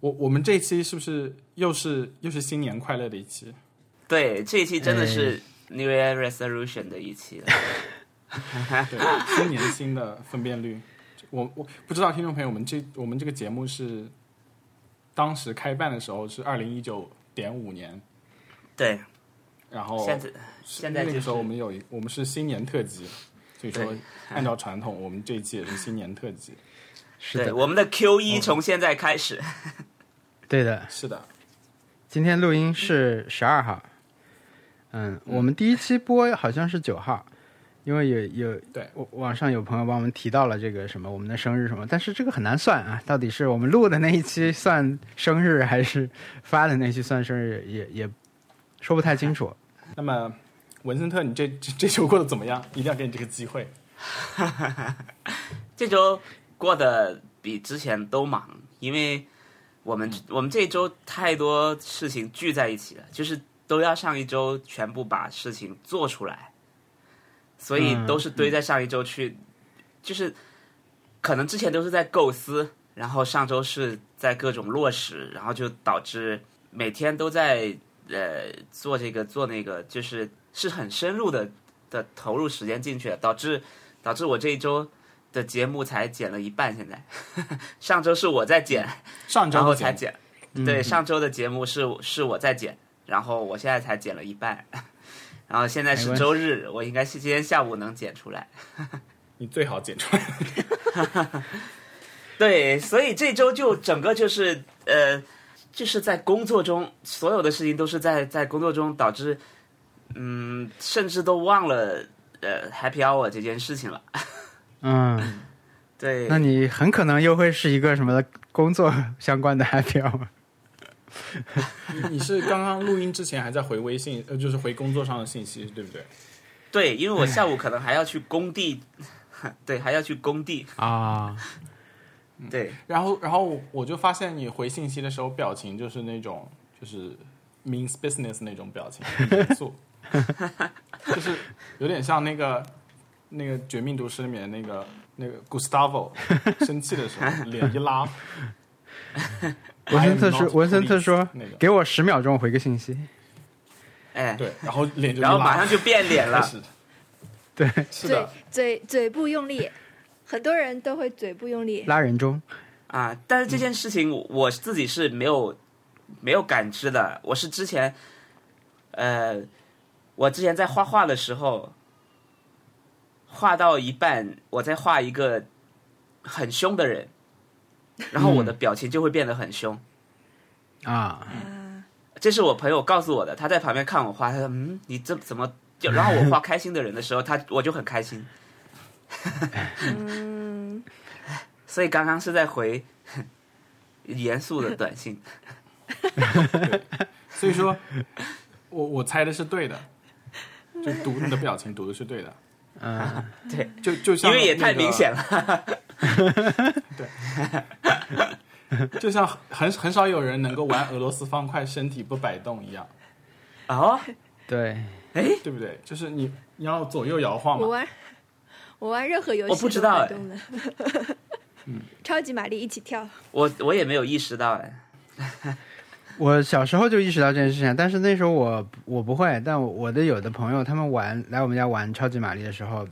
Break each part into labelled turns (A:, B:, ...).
A: 我我们这一期是不是又是又是新年快乐的一期？
B: 对，这一期真的是 New Year Resolution 的一期了。哎
A: 对，新年新的分辨率。我我不知道听众朋友们这我们这个节目是当时开办的时候是二零一九点五年，
B: 对，
A: 然后
B: 现在现在
A: 那
B: 就
A: 个时
B: 是
A: 候我们有一我们是新年特辑，所以说
B: 对
A: 按照传统，我们这一期也是新年特辑。
C: 是
B: 对
C: 的，
B: 我们的哦 Q 一从现在开始，
C: 对的。
A: 是的，
C: 今天录音是十二号，嗯，我们第一期播好像是九号，因为有有
A: 对
C: 我网上有朋友帮我们提到了这个什么我们的生日什么，但是这个很难算啊，到底是我们录的那一期算生日，还是发的那期算生日，也也说不太清楚。
A: 那么文森特，你这这这周过得怎么样？一定要给你这个机会。
B: 这周过得比之前都忙，因为我们、
C: 嗯
B: 我们这一周太多事情聚在一起了，就是都要上一周全部把事情做出来，所以
C: 嗯
B: 都是堆在上一周去，就是可能之前都是在构思，然后上周是在各种落实，然后就导致每天都在呃做这个做那个，就是是很深入的的投入时间进去的，导致导致我这一周的节目才剪了一半，现在上周是我在剪，
A: 上周
B: 然后
A: 的
B: 才
A: 节目
B: 剪，
C: 嗯
B: 对，上周的节目是是我在剪，然后我现在才剪了一半，然后现在
C: 没
B: 是
C: 关系
B: 周日，我应该是今天下午能剪出来。
A: 你最好剪出来。
B: 对，所以这周就整个就是呃，就是在工作中，所有的事情都是在在工作中导致，嗯，甚至都忘了呃 happy hour 这件事情了。
C: 嗯，
B: 对，
C: 那你很可能又会是一个什么工作相关的 happy hour。
A: 你你是刚刚录音之前还在回微信，呃，就是回工作上的信息，对不对？
B: 对，因为我下午可能还要去工地， 对，还要去工地，
C: 啊，
A: 嗯
B: 对，
A: 然后，然后我就发现你回信息的时候表情就是那种就是 means business 那种表情，很严 肃，就是有点像那个那个《绝命毒师》里面那个那个 Gustavo 生气的时候脸一拉。
C: 文森
A: I
C: 特
A: am
C: 说，
A: not
C: 文森特说
A: pleased，那个
C: 给我十秒钟回个信息。
B: 哎，
A: 对，然后脸就一
B: 然后
A: 拉
B: 马上就变脸
A: 开
B: 了，
A: 始，
C: 对，
A: 是
D: 嘴
A: 的，
D: 嘴嘴部用力，很多人都会嘴部用力。
C: 拉人中。
B: 啊，
A: 嗯
B: 但是这件事情我我自己是没有没有感知的，我是之前，呃，我之前在画画的时候，画到一半，我在画一个很凶的人，然后我
A: 嗯
B: 的表情就会变得很凶。
C: 啊，
B: 这是我朋友告诉我的，他在旁边看我画，他说：“嗯，你这怎么？”就然后我画开心的人的时候，他我就很开心。
D: 嗯，
B: 所以刚刚是在回严肃的短信，
A: 所以说，我我猜的是对的，就读你的表情读的是对的，
C: 嗯，
B: 对，
A: 就就
B: 因
A: 像
B: 为也太
A: 那个
B: 明显了。
A: 就像很很少有人能够玩俄罗斯方块身体不摆动一样，
B: 哦，
C: 对，
A: 对不对？就是你你要左右摇晃
D: 我
A: 嘛，
D: 玩我玩任何游戏
B: 我不知道
D: 都
B: 哎
D: 摆动的。
A: 嗯
D: 超级玛丽一起跳，
B: 我我也没有意识到哎，
C: 我小时候就意识到这件事情，但是那时候我我不会，但我我的有的朋友他们玩来我们家玩超级玛丽的时候，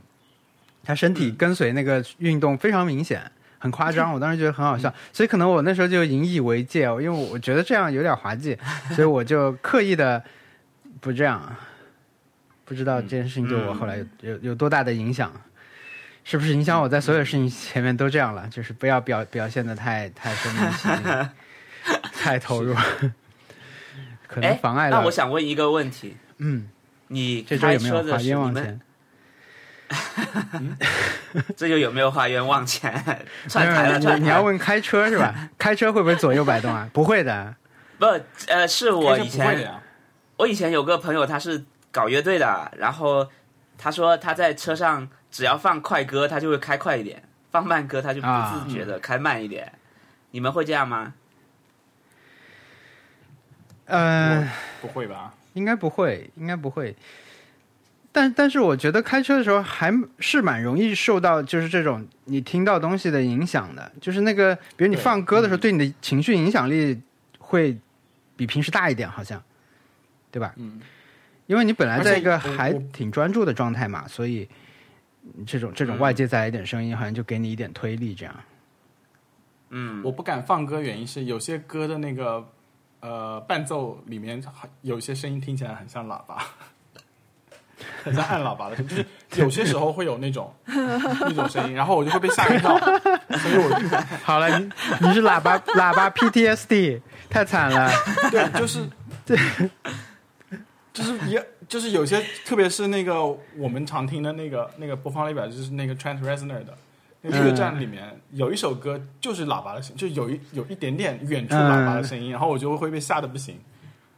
C: 他身体跟随那个运动非常明显，很夸张，我当时觉得很好笑，所以可能我那时候就引以为戒，哦因为我觉得这样有点滑稽，所以我就刻意的不这样。不知道这件事情对我后来有有有多大的影响，是不是影响我在所有事情前面都这样了？就是不要表表现的太太身临其境，太投入， 可能
B: 哎，
C: 妨碍
B: 那
C: 了
B: 我。想问一个问题，
C: 嗯，
B: 你
C: 这周
B: 开
C: 有没
B: 车
C: 有
B: 的
C: 花
B: 时
C: 冤
B: 候，你
C: 枉
B: 们
C: 钱？
B: 这就有没有花冤枉钱？
C: 没
B: 串
C: 有
B: 台
C: 没有
B: 了，串
C: 你你要
B: 台了。
C: 问开车是吧？ 开车会不会左右摆动啊？不会的，
B: 不，呃，是我
A: 开车
B: 以
A: 不会的
B: 前
A: 呀，
B: 我以前有个朋友，他是搞乐队的，然后他说他在车上只要放快歌，他就会开快一点；放慢歌，他就不
C: 啊
B: 自觉的开慢一点。你们会这样吗？
C: 嗯、
A: 不会吧？
C: 应该不会，应该不会。但但是我觉得开车的时候还是蛮容易受到就是这种你听到东西的影响的，就是那个比如你
A: 对
C: 放歌的时候，对你的情绪影响力会比平时大一点，好像，对吧？
A: 嗯，
C: 因为你本来
A: 而
C: 在
A: 且
C: 一个
A: 我
C: 还
A: 我
C: 挺专注的状态嘛，所以这种这种外界再来一点声音，好像就给你一点推力，这样。
B: 嗯，
A: 我不敢放歌，原因是有些歌的那个呃伴奏里面有些声音听起来很像喇叭， 很像按喇叭的声音，就是有些时候会有那种那种声音，然后我就会被吓一跳，所以我
C: 好了，你你是喇叭喇叭 PTSD，太惨了。
A: 对就是对， 就是也就是有些，特别是那个我们常听的那个那个播放列表，就是那个 Trent Reznor 的。那个越战里面有一首歌就是喇叭的声音，就有一有一点点远处喇叭的声音，然后我就会被吓得不行。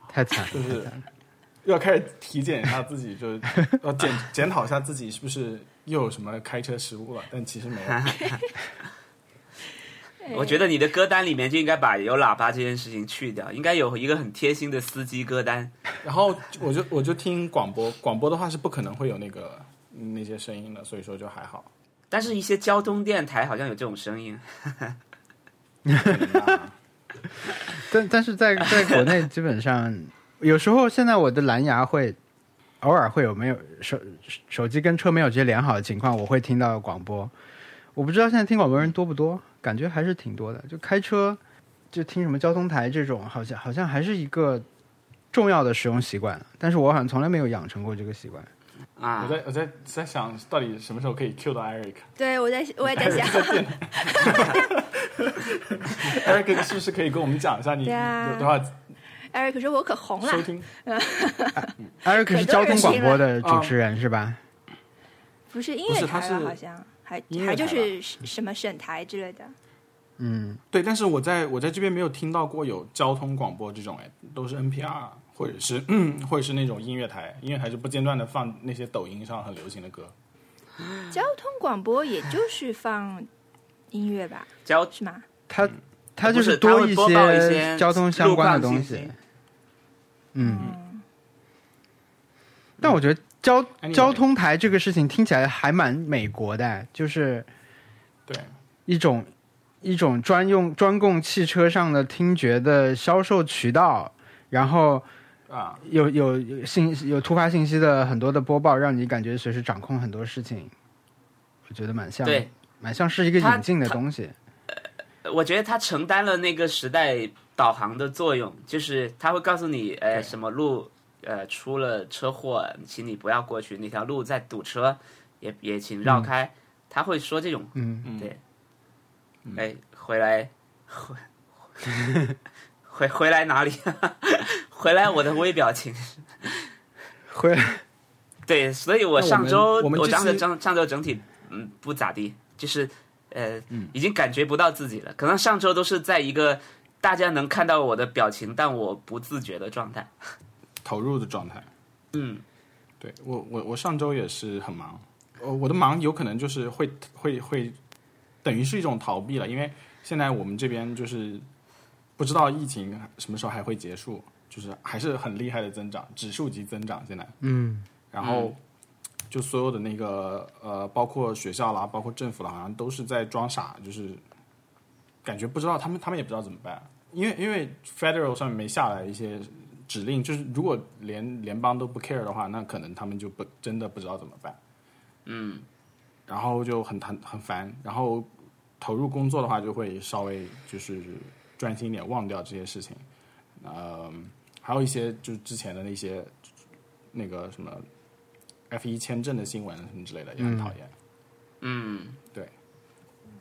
C: 太惨了，
A: 就是要开始体检一下自己，就是 要检检讨一下自己是不是又有什么开车失误了，但其实 没有。
C: 嗯
B: 我觉得你的歌单里面就应该把有喇叭这件事情去掉，应该有一个很贴心的司机歌单。
A: 然后我就我就听广播，广播的话是不可能会有那个那些声音的，所以说就还好。
B: 但是，一些交通电台好像有这种声音。
C: 但但是在在国内基本上，有时候现在我的蓝牙会偶尔会有没有手手机跟车没有直接连好的情况，我会听到广播。我不知道现在听广播人多不多，感觉还是挺多的。就开车就听什么交通台这种，好像好像还是一个重要的使用习惯。但是我好像从来没有养成过这个习惯。
B: 啊
A: 我，在我在在想到底什么时候可以 Q 到 Eric，Eric
D: 哎对我在我也在 想，
A: 是不是可以跟我们讲一下你
D: 对啊
A: 有多少
D: 艾瑞克说我可红
A: 哎收
D: 了，
A: 听？
C: 艾瑞
D: 很
C: 是
D: 多
C: 交
D: 人
C: 通广
D: 听
C: 播
D: 了
C: 的主
B: 嗯
A: 啊
C: 持人是吧？
D: 不是音
A: 不
D: 乐
A: 是他
D: 台了，
A: 是
D: 好像还
A: 音乐
D: 还就
A: 台
D: 是什什么省台之类的。
C: 嗯，
A: 对，但是我在我在这边没有听到过有交通广播这种，哎，都是 NPR 或者是、嗯、或者是那种音乐台，音乐台就不间断的放那些抖音上很流行的歌。嗯
D: 交通广播也就是放音乐 吧，
B: 交
D: 是吗？
C: 他他就
B: 嗯不是
C: 是多
B: 它会播报一些
C: 交通相关的
B: 路况
C: 东
B: 信
C: 西
B: 息。
C: 嗯，但我觉得交
A: 哎你
C: 交通台这个事情听起来还蛮美国的，就是
A: 对，
C: 一种一种专用专供汽车上的听觉的销售渠道，然后
A: 啊，
C: 有有有信有突发信息的很多的播报，让你感觉随时掌控很多事情。我觉得蛮像，
B: 对，
C: 蛮像是一个
B: 它
C: 引进的
B: 它
C: 东西。
B: 我觉得它承担了那个时代导航的作用，就是它会告诉你，呃，什么路，呃，出了车祸，请你不要过去，那条路在堵车，也也请绕开。他会说这种，
C: 嗯，
A: 嗯，
B: 对哎，回来，回回回来哪里？ 回来我的微表 情。
C: 会
B: 对，所以我
A: 那我
B: 上
A: 们
B: 周
A: 我们这
B: 上周
A: 期
B: 上上周整体嗯不咋地，就是呃、已经感觉不到自己了，可能上周都是在一个大家能看到我的表情，但我不自觉的状态。
A: 投入的状态。
B: 嗯，
A: 对我我我上周也是很忙，呃，我的忙有可能就是会会会等于是一种逃避了，因为现在我们这边就是不知道疫情什么时候还会结束，就是还是很厉害的增长，指数级增长现在。
C: 嗯，
A: 然后就所有的那个呃，包括学校啦，包括政府啦，好像都是在装傻，就是感觉不知道他们他们也不知道怎么办，因为因为 federal 上面没下来一些指令，就是如果连联邦都不 care 的话，那可能他们就不真的不知道怎么办。
B: 嗯，
A: 然后就很很很烦，然后投入工作的话，就会稍微就是专心一点，忘掉这些事情。嗯，还有一些就是之前的那些那个什么 F 一签证的新闻什么之类的，也很讨厌。
B: 嗯，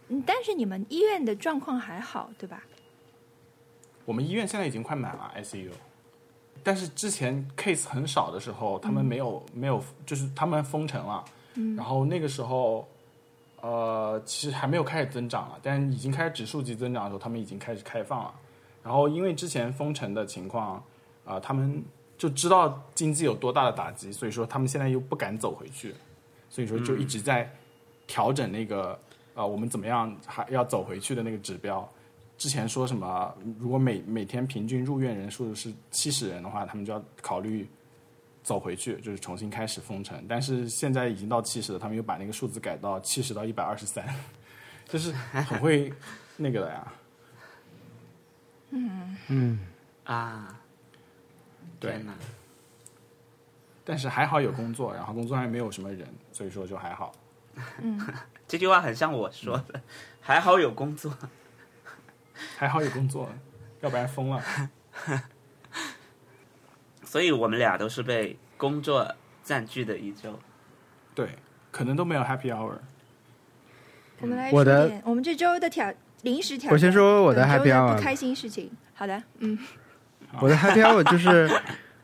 D: 嗯，但是你们医院的状况还好，对吧？
A: 嗯我们医院现在已经快满了 ICU，但是之前 case 很少的时候，他们没有、没有，就是他们封城了，然后那个时候，呃，其实还没有开始增长了，但已经开始指数级增长的时候，他们已经开始开放了。然后因为之前封城的情况，啊、他们就知道经济有多大的打击，所以说他们现在又不敢走回去，所以说就一直在调整那个。啊、我们怎么样还要走回去的那个指标，之前说什么，如果每每天平均入院人数是七十人的话，他们就要考虑走回去，就是重新开始封城。但是现在已经到七十了，他们又把那个数字改到七十到一百二十三， 就是很会那个的呀。
B: 啊，
A: 对
B: 天，哪！
A: 但是还好有工作，然后工作上也没有什么人，所以说就还好。
B: 这句话很像我说的，还好有工作。
A: 还好有工作，要不然疯了。
B: 所以我们俩都是被工作占据的一周。
A: 对，可能都没有 happy hour。
D: 我们来
C: 我
D: 说
C: 的
D: 点我们这周的挑临时挑战。
C: 我先说我的
D: 本周
C: happy hour
D: 不开心事情。好的，嗯，
C: 我的 happy hour 就是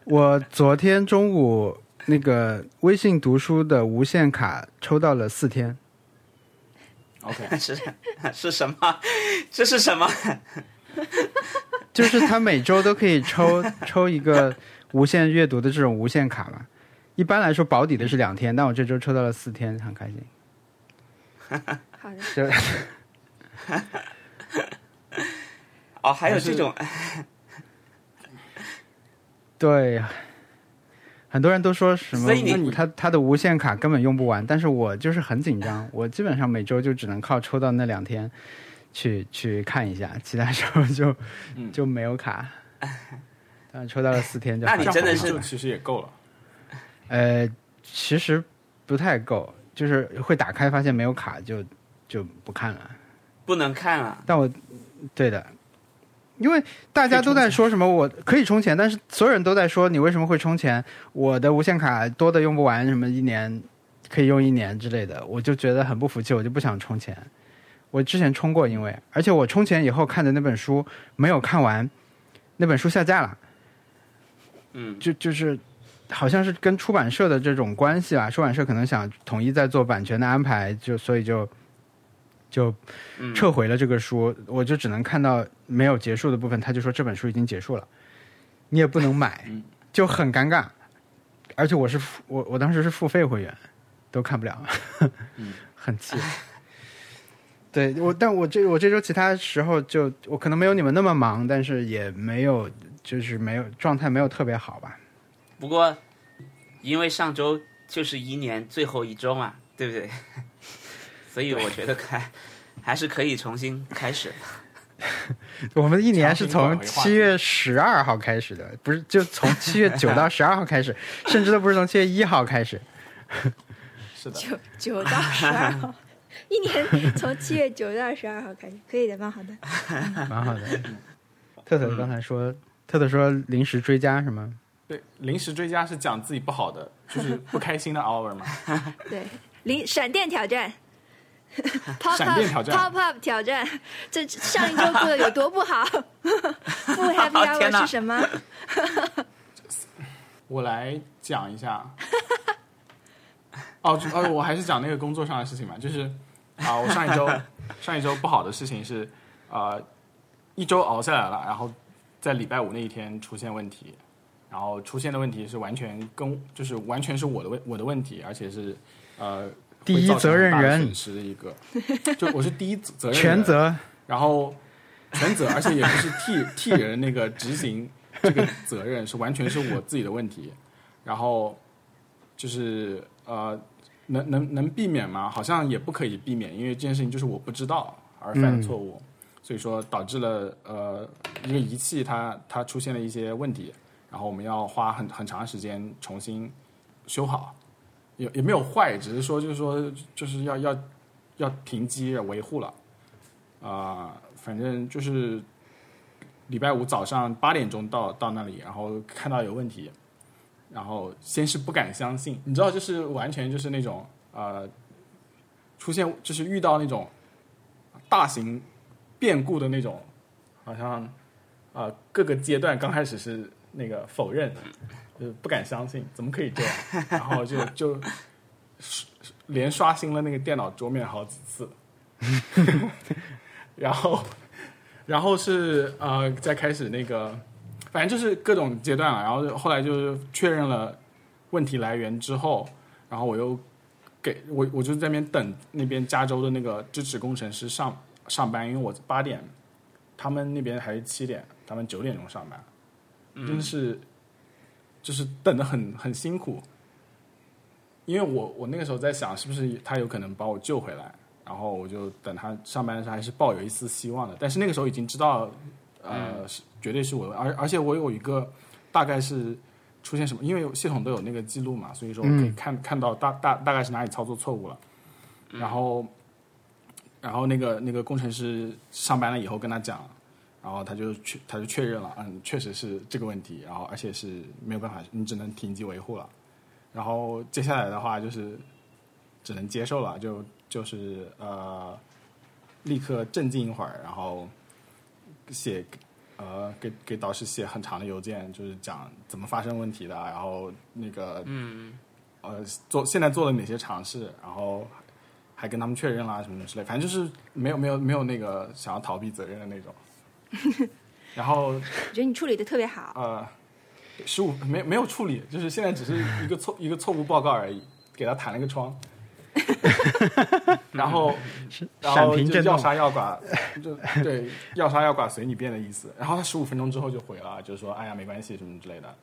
C: 我昨天中午那个微信读书的无限卡抽到了四天，
A: OK，
B: 是是什么？ 这是什么？
C: 就是他每周都可以抽 抽一个无限阅读的这种无限卡嘛。一般来说保底的是两天，但我这周抽到了四天，很开心。
D: 好的，
C: 就
B: 哦，还有
A: 还是
B: 这种
C: 对，很多人都说什么
B: 所以你
C: 无他他的无限卡根本用不完，但是我就是很 紧张，我基本上每周就只能靠抽到那两天去去看一下，其他时候就
A: 嗯
C: 就没有卡。但抽到了四天就
B: 那
C: 好
B: 你
C: 了，
B: 真的是
A: 就其实也够了。
C: 呃，其实不太够，就是会打开发现没有卡就就不看了。
B: 不能看啊了。
C: 但我对的，因为大家都在说什么我可以充钱，但是所有人都在说你为什么会充钱？我的无限卡多的用不完，什么一年可以用一年之类的，我就觉得很不服气，我就不想充钱。我之前充过，因为而且我充钱以后看的那本书没有看完，那本书下架了，
B: 嗯，
C: 就就是好像是跟出版社的这种关系吧，出版社可能想统一在做版权的安排，就所以就就
B: 嗯
C: 撤回了这个书，我就只能看到没有结束的部分，他就说这本书已经结束了，你也不能买，就很尴尬。而且我是付我我当时是付费会员，都看不了， 很气。对我，但我这我这周其他时候就我可能没有你们那么忙，但是也没有就是没有状态没有特别好吧。
B: 不过因为上周就是一年最后一周嘛，对不对？ 所以我觉得还 还是可以重新开始的。
C: 我们一年是
A: 强行转回
C: 从
A: 话题
C: 七月十二号开始的，不是就从七月九到十二号开始，甚至都不是从七月一号开始。
A: 是的，
D: 九九到十二号，一年从七月九到十二号开始，可以的，蛮好的。
C: 蛮好的。特特刚才说，特特说临时追加是吗？
A: 对，临时追加是讲自己不好的，就是不开心的 hour 嘛。
D: 对，零闪电挑战。pop up,
A: 闪电挑战
D: pop up 挑战，这上一周过得有多不好？不 happy
B: 天
D: hour
B: 哪
D: 是什么？
A: 我来讲一下。 哦就哦，我还是讲那个工作上的事情嘛，就是啊、我上一 周上一周不好的事情是啊、呃一周熬下来了，然后在礼拜五那一天出现问题，然后出现的问题是完全跟就是完全是我的问我的问题，而且是呃
C: 第一
A: 会造成很大的
C: 责任人
A: 损失的一个，就我是第一责任人
C: 全责
A: 然后全责，而且也不是替 替人那个执行这个责任，是完全是我自己的问题。然后就是呃，能能能避免吗？好像也不可以避免，因为这件事情就是我不知道而犯的错误，所以说导致了呃一个仪器它它出现了一些问题，然后我们要花很很长时间重新修好。也也没有坏，只是说就是说就是要要要停机要维护了，啊、反正就是礼拜五早上八点钟到到那里，然后看到有问题，然后先是不敢相信，你知道，就是完全就是那种呃，出现就是遇到那种大型变故的那种，好像呃各个阶段刚开始是那个否认，就是不敢相信，怎么可以这样，然后就就 连刷新了那个电脑桌面好几次。然后，然后是呃，再开始那个，反正就是各种阶段了。然后后来就是确认了问题来源之后，然后我又给我我就在那边等那边加州的那个支持工程师上上班，因为我八点，他们那边还是七点，他们九点钟上班，真的是就是等的很很辛苦。因为我我那个时候在想，是不是他有可能把我救回来，然后我就等他上班的时候还是抱有一丝希望的。但是那个时候已经知道，呃，是绝对是我，而而且我有一个大概是出现什么，因为系统都有那个记录嘛，所以说我可以看、看到大大大概是哪里操作错误了。然后，然后那个那个工程师上班了以后跟他讲，然后他就确他就确认了，嗯，确实是这个问题，然后而且是没有办法，你只能停机维护了。然后接下来的话就是只能接受了，就就是呃，立刻镇静一会儿，然后写呃给给导师写很长的邮件，就是讲怎么发生问题的，然后那个
B: 嗯，
A: 呃做现在做了哪些尝试，然后还跟他们确认啦什么之类，反正就是没有没有没有那个想要逃避责任的那种。然后
D: 我觉得你处理的特别好，
A: 呃，十五没没有处理，就是现在只是一个错 一个错误报告而已，给他弹了个 窗，然后然
C: 闪
A: 后
C: 屏
A: 就
C: 震
A: 要
C: 动，
A: 杀要剐，就对要杀要剐随你便的意思。然后他十五分钟之后就回了，就是说哎呀没关系什么之类的，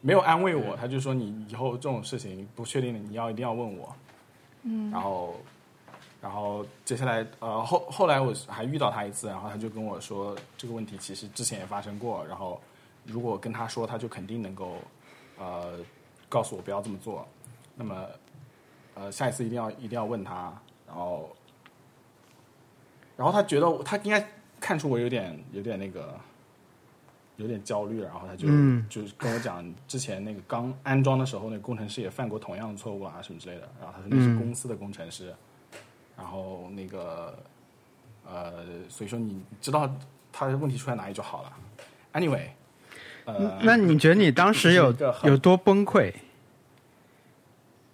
A: 没有安慰我，他就说你以后这种事情不确定的你要一定要问我，嗯，然后。然后接下来，呃，后后来我还遇到他一次，然后他就跟我说这个问题其实之前也发生过，然后如果跟他说，他就肯定能够，呃，告诉我不要这么做。那么，呃，下一次一定要一定要问他，然后，然后他觉得我他应该看出我有点有点那个，有点焦虑，然后他就、
C: 嗯
A: 就是跟我讲，之前那个刚安装的时候，那个工程师也犯过同样的错误啊什么之类的。然后他说那是
C: 嗯
A: 公司的工程师，然后那个呃，所以说你知道他的问题出在哪里就好了。Anyway，呃，
C: 那你觉得你当时有
A: 这是一个很
C: 有多崩溃？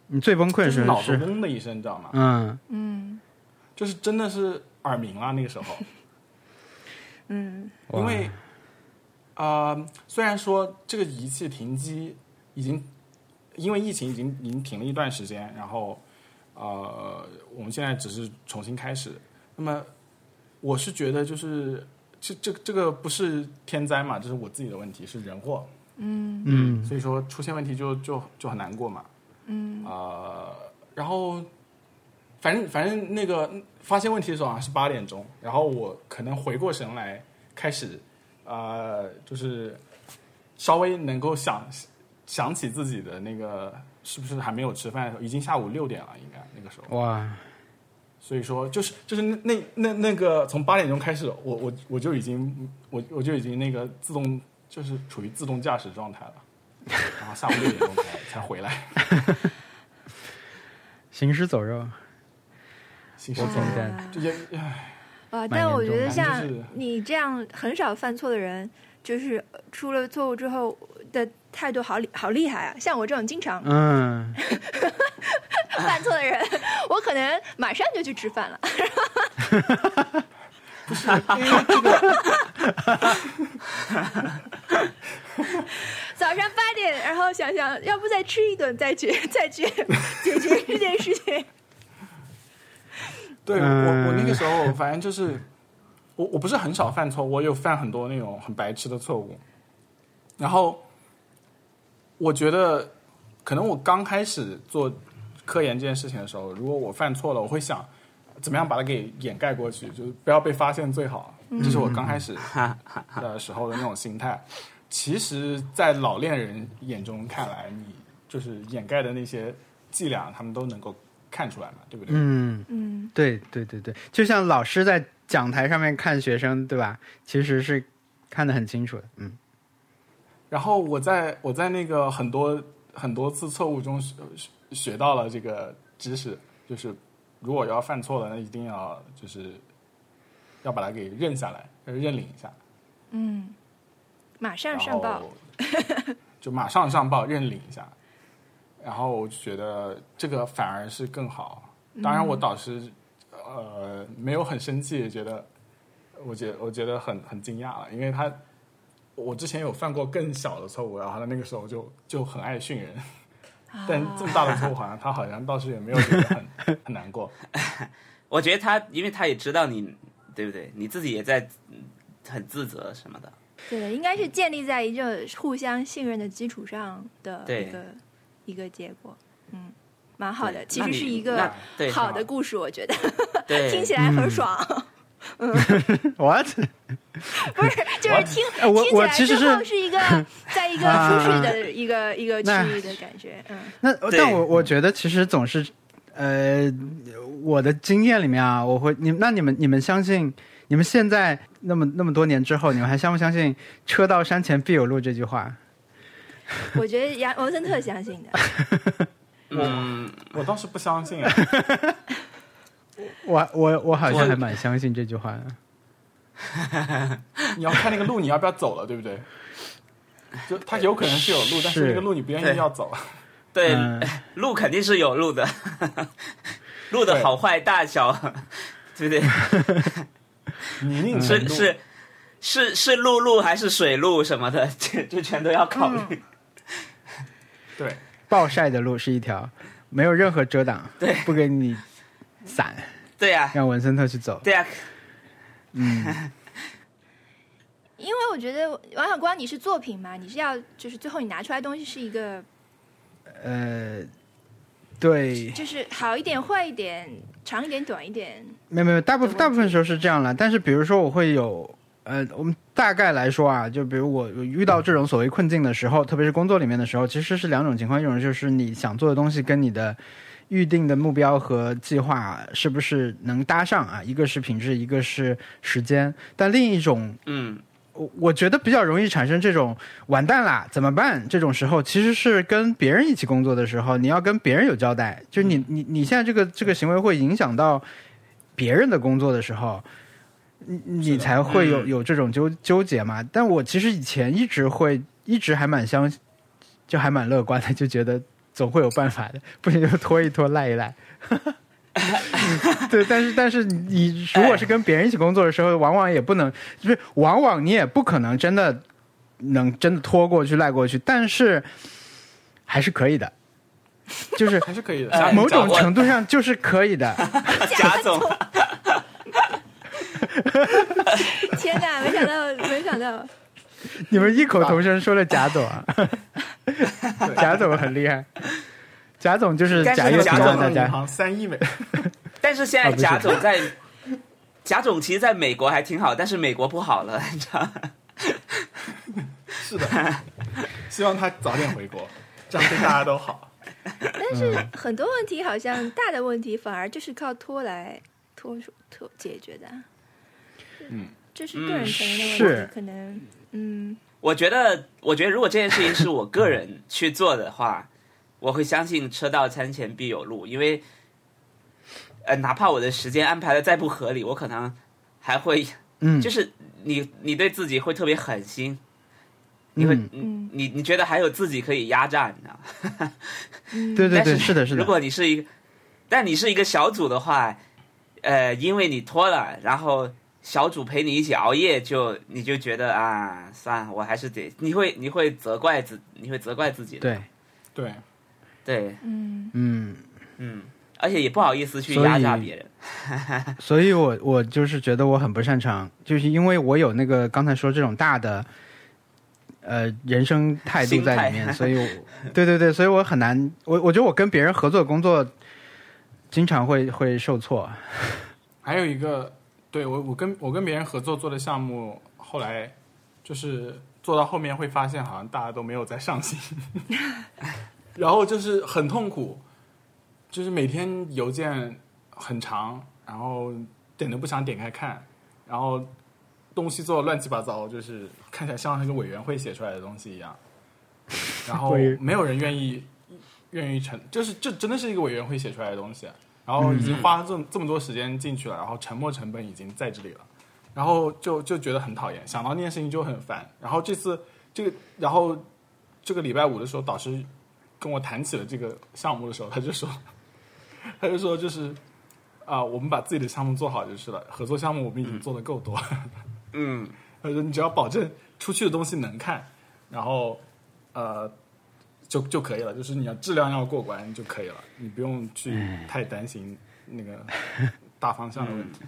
C: 你最崩溃
A: 就是是脑子
C: 是
A: 嗡的一声，你知道吗？
C: 嗯
D: 嗯
A: 就是真的是耳鸣了那个时候，
D: 嗯，
C: 哇
A: 因为呃，虽然说这个仪器停机已经因为疫情已经已经停了一段时间，然后呃，我们现在只是重新开始。那么我是觉得就是这这这个不是天灾嘛，这是我自己的问题，是人祸。
C: 嗯
A: 所以说出现问题就就就很难过嘛。嗯，呃，然后反正反正那个发现问题的时候啊是八点钟，然后我可能回过神来，开始呃就是稍微能够想想起自己的那个是不是还没有吃饭的时候，已经下午六点了，应该那个时候。
C: 哇
A: 所以说，就是就是那那那那个从八点钟开始，我我我就已经我我就已经那个自动就是处于自动驾驶状态了，然后下午六点钟才才回来。
C: 行尸走肉，
A: 行
C: 我
A: 尸走
C: 简
A: 肉，
C: 单
A: 就也唉
D: 啊哇！
C: 蛮
D: 但我觉得
A: 重
C: 严
A: 的
D: 像
A: 就是
D: 你这样很少犯错的人，就是呃出了错误之后的态度好厉好厉害啊！像我这种经常
C: 嗯，
D: 犯错的人， 我可能马上就去吃饭了。早上八点，然后想想要不再吃一顿，再去 再去解决这件事情。
A: 对我
C: 嗯
A: 我那个时候反正就是我我不是很少犯错，我有犯很多那种很白痴的错误，然后我觉得可能我刚开始做科研这件事情的时候，如果我犯错了，我会想怎么样把它给掩盖过去，就是不要被发现最好。这是我刚开始的时候的那种心态。其实，在老练人眼中看来，你就是掩盖的那些伎俩，他们都能够看出来嘛，对不对？
C: 嗯，
D: 嗯，
C: 对对对对，就像老师在讲台上面看学生，对吧？其实是看得很清楚的，嗯
A: 然后我在我在那个很多很多次错误中学学学到了这个知识，就是如果要犯错了，那一定要就是要把它给认下来，呃认领一下，
D: 嗯，马上
A: 然
D: 上
A: 后
B: 哦
D: 报。
A: 就马上上报认领一下。然后我就觉得这个反而是更好。当
D: 嗯
A: 然，我导师呃没有很生气，也觉得我觉我觉得很很惊讶啊了，因为他我之前有犯过更小的错误，然后他那个时候就就很爱训人。
D: 啊
A: 但这么大的错误，好像他好像倒是也没有觉得 很很难过。
B: 我觉得他，因为他也知道你，对不对？你自己也在嗯很自责什么的。
D: 对，应该是建立在一个互相信任的基础上的
B: 对
D: 一个一个结果，嗯，蛮好的。
B: 对
D: 其
B: 那
D: 实
B: 你
D: 是一
B: 那
D: 个
B: 对
D: 好的故事，我觉得
B: 对
D: 听起来很爽。
C: what？
D: 不是，就是听
C: 哎我
D: 听起
C: 我
D: 来
C: 其实
D: 之后
C: 是啊
D: 是 一个在一个舒适的一个一个区
C: 那
D: 域的感觉，嗯，
C: 那
B: 对
C: 但我我觉得其实总是，呃，我的经验里面啊，我会你那你们你们相信你们现在那么那么多年之后，你们还相不相信“车到山前必有路”这句话？
D: 我觉得杨文森特相信的，
B: 嗯，
A: 我倒是不相信、啊，
C: 我我我好
B: 我
C: 像还蛮相信这句话的。
A: 你要看那个路你要不要走了，对不对？就它有可能是有路，但是
C: 是
A: 那个路你不愿意要走。
B: 对，
C: 嗯
B: 路肯定是有路的， 路的好坏大小， 对不对？
A: 泥泞程
B: 是
A: 度
B: 是是是陆路还是水路什么的， 这这全都要考虑。
C: 嗯
A: 对，
C: 暴晒的路是一条没有任何遮挡，对，不给你伞，
B: 对呀、
C: 让文森特去走。
B: 对呀、
D: 因为我觉得王小光你是作品嘛，你是要就是最后你拿出来东西是一个
C: 呃，对，
D: 就是好一点、坏一点、长一点、短一点，
C: 没有没有，大部
D: 的
C: 分
D: 问题
C: 大部分时候是这样了。但是比如说我会有，呃，我们大概来说啊，就比如我我遇到这种所谓困境的时候，特别是工作里面的时候，其实是两种情况，一种就是你想做的东西跟你的。预定的目标和计划是不是能搭上啊？一个是品质，一个是时间。但另一种
B: 嗯，
C: 我我觉得比较容易产生这种完蛋啦，怎么办这种时候，其实是跟别人一起工作的时候，你要跟别人有交代，就是你你你现在这个这个行为会影响到别人的工作的时候，你你才会有
B: 嗯
C: 有这种纠纠结嘛。但我其实以前一直会一直还蛮相，就还蛮乐观的，就觉得总会有办法的，不行就拖一拖，赖一赖。 对，但是但是你如
B: 哎
C: 果是跟别人一起工作的时候，往往也不能，就是往往你也不可能真的能真的拖过去、赖过去，但是还是可以的，就是
A: 还是可以的。
B: 哎
C: 某种
B: 掌握
C: 程度上就是可以的。
B: 贾总，
D: 天哪，没 想到，没 想到，
C: 你们异口同声说了贾总 啊，贾总很厉害，贾总就是
B: 但是
C: 贾跃
A: 贾
C: 亭啊，
A: 总
C: 大
A: 的银
C: 家
A: 行三亿美，
B: 但是现在
C: 啊不是
B: 贾总在，贾总其实在美国还挺好，但是美国不好了， 你知道吗？
A: 是的，希望他早点回 国，这样对大家都好。
D: 但是
C: 嗯
D: 很多问题好像大的问题反而就是靠拖来拖出拖解决的，
A: 嗯，
D: 这是个人层面的问
C: 是
D: 题，可能，嗯，
B: 我觉得，我觉得如果这件事情是我个人去做的话， 我会相信车到山前必有路，因为，呃，哪怕我的时间安排的再不合理，我可能还会，
C: 嗯
B: 就是你你对自己会特别狠心，你会，
C: 嗯
B: 你你你觉得还有自己可以压榨，你知道吗？
D: 嗯
C: 对对
B: 但
C: 对，
B: 是
C: 是的，是
B: 如
C: 的，
B: 果你是一个，但你是一个小组的话，呃，因为你拖了，然后小组陪你一起熬夜就，你就觉得啊，算了，我还是得，你会你会责怪自，你会责怪自己的，
C: 对，
A: 对，
B: 对，
D: 嗯，
C: 嗯。
B: 嗯，而且也不好意思去
C: 所以
B: 压榨别人，
C: 所以我我就是觉得我很不擅长，就是因为我有那个刚才说这种大的，呃，人生态度在里
B: 心态
C: 面，所以我，对对对，所以我很难，我我觉得我跟别人合作工作，经常会会受挫。
A: 还有一个，对我我跟我跟别人合作做的项目，后来就是做到后面会发现，好像大家都没有在上心，然后就是很痛苦，就是每天邮件很长，然后点都不想点开看，然后东西做的乱七八糟，就是看起来像那个委员会写出来的东西一样，然后
C: 委员
A: 没有人愿意愿意承，就是这真的是一个委员会写出来的东西，啊然后已经花了这么这么多时间进去了，然后沉没成本已经在这里了，然后就就觉得很讨厌，想到那件事情就很烦。然后这次这个，然后这个礼拜五的时候，导师跟我谈起了这个项目的时候，他就说， 他就说就是啊、我们把自己的项目做好就是了，合作项目我们已经做的够多 了。
B: 嗯，
A: 他说你只要保证出去的东西能看，然后呃就就可以了，就是你要质量要过关就可以了，你不用去太担心那个大方向的问题。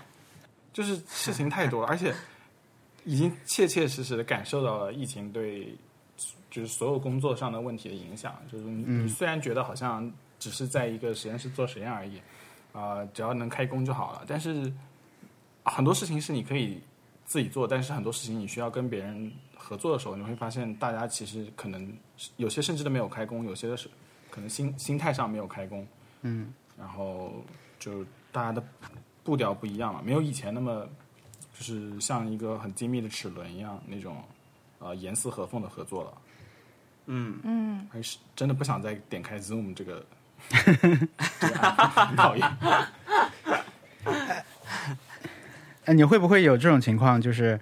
A: 就是事情太多了，而且已经切切实实的感受到了疫情对就是所有工作上的问题的影响。就是你、你虽然觉得好像只是在一个实验室做实验而已，啊、只要能开工就好了，但是很多事情是你可以自己做，但是很多事情你需要跟别人合作的时候，你会发现大家其实可能是有些甚至都没有开工，有些的是可能心心态上没有开工，嗯，然后就大家的步调不一样了，没有以前那么就是像一个很精密的齿轮一样那种呃严丝合缝的合作了，
D: 嗯，
A: 还是真的不想再点开 Zoom 这 个，这个 app，很讨厌。
C: 哎，你会不会有这种情况，就是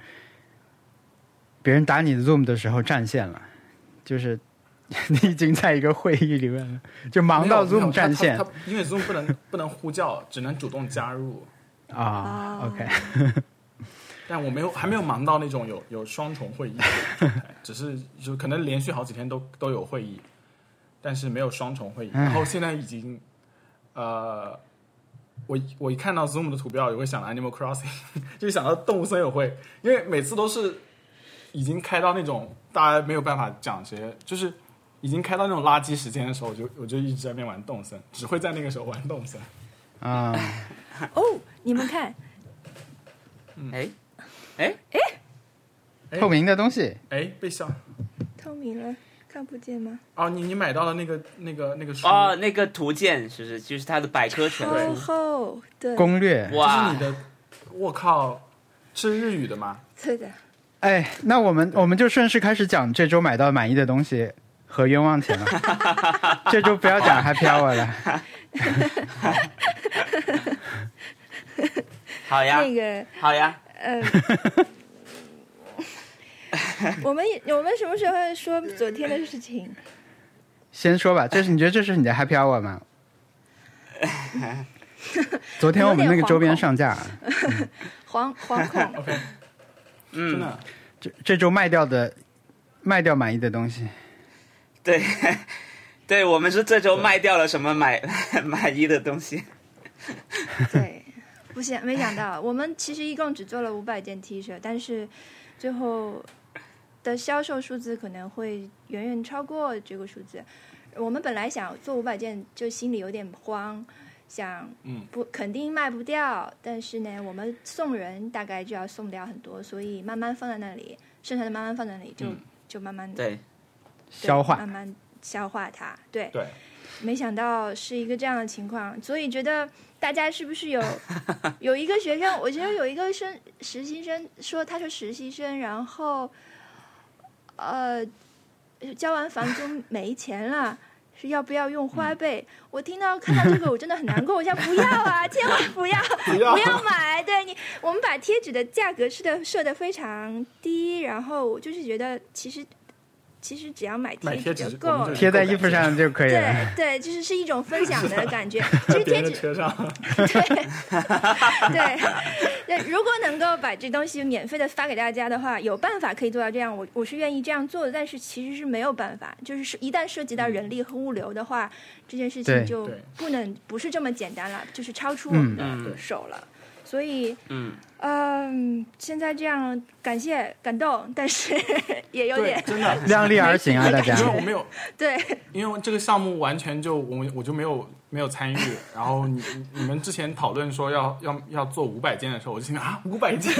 C: 别人打你 Zoom 的时候占线了，就是 你已经在一个会议里面了，就忙到
A: 没有没有它
C: Zoom 占线
A: 它它因为 Zoom 不能不能呼叫，只能主动加入。
C: 啊？OK，
A: 但我没有还没有忙到那种有有双重会议的状 态，只是就可能连续好几天都都有会议，但是没有双重会议。然后现在已经，呃，我一我一看到 Zoom 的图标，也会想到 Animal Crossing，就 想到动物森友会，因为每次都是已经开到那种大家没有办法讲这些，就是已经开到那种垃圾时间的时候，我就我就一直在那边玩动森，只会在那个时候玩动森。
C: 啊、
A: 哎
D: 哦，你们看，
C: 嗯
B: 哎哎，
C: 透明的东西，
A: 哎，被笑
D: 透明了，看不见吗？
A: 哦，你你买到了那个那个那个书
B: 哦，那个图鉴是不是就是它的百科全
D: 超
B: 书？
D: 厚，哦对，
C: 攻略。
A: 这是
B: 哇
A: 你，的，我靠，是日语的吗？
D: 对的，
C: 哎，那我们我们就顺势开始讲这周买到满意的东西和冤枉钱了。这周不要讲 Happy Hour 了。
B: 好呀
D: 那个
B: 好呀，
D: 呃， 我们也我们什么时候说昨天的事 情？
C: 先说吧，这是你觉得这是你的 Happy Hour 吗？昨天我们那个周边上架，
D: 惶惶恐，
A: OK，真的，
C: 这这周卖掉的卖掉满意的东西，
B: 对，对我们是这周卖掉了什么买 买衣的东西？
D: 对，不想没想到，我们其实一共只做了五百件 T 恤，但是最后的销售数字可能会远远超过这个数字。我们本来想做五百件，就心里有点慌，想
A: 嗯
D: 不肯定卖不掉，但是呢，我们送人大概就要送掉很多，所以慢慢放在那里，剩下的慢慢放在那里，就、
A: 嗯
D: 就慢慢
B: 对，
D: 对
C: 消化
D: 慢慢消化它。对，
A: 对，
D: 没想到是一个这样的情况，所以觉得大家是不 是有有一个学生，我觉得有一个生实习生说他是实习生，然后呃交完房租没钱了。是要不要用
C: 嗯
D: 花呗？我听到看到这个，我真的很难过。我想不要啊，千万不要，
A: 不要
D: 不要买。对你，我们把贴纸的价格设的设的非常低，然后我就是觉得其实其实只要买
A: 买
D: 贴
A: 贴
D: 纸
A: 纸我
D: 就够
A: 们就。
D: 了
C: 贴在衣服上就可以了。
D: 对对，就是是一种分享的 感觉。其
A: 别
D: 实贴
A: 人的
D: 纸
A: 车 上，
D: 对，对，如果能够把这东西免费的发给大家的话，有办法可以做到这样，我我是愿意这样做的。但是其实是没有办法，就是是一旦涉及到人力和物流的话，这件事
C: 对
D: 情就
A: 对
D: 不能不是这么简单了，就是超出我
C: 嗯
D: 们的
B: 嗯
D: 手了。所以，
B: 嗯，
D: 嗯、现在这样感谢感动，但是 也有
A: 对
D: 点，
A: 真的，
C: 量力而行啊，大家
A: 因。为我没有，
D: 对
A: 因为这个项目完全就我我就没有没有参与。然后你你你们之前讨论说要要要做五百件的时候，我就心想啊，五百件，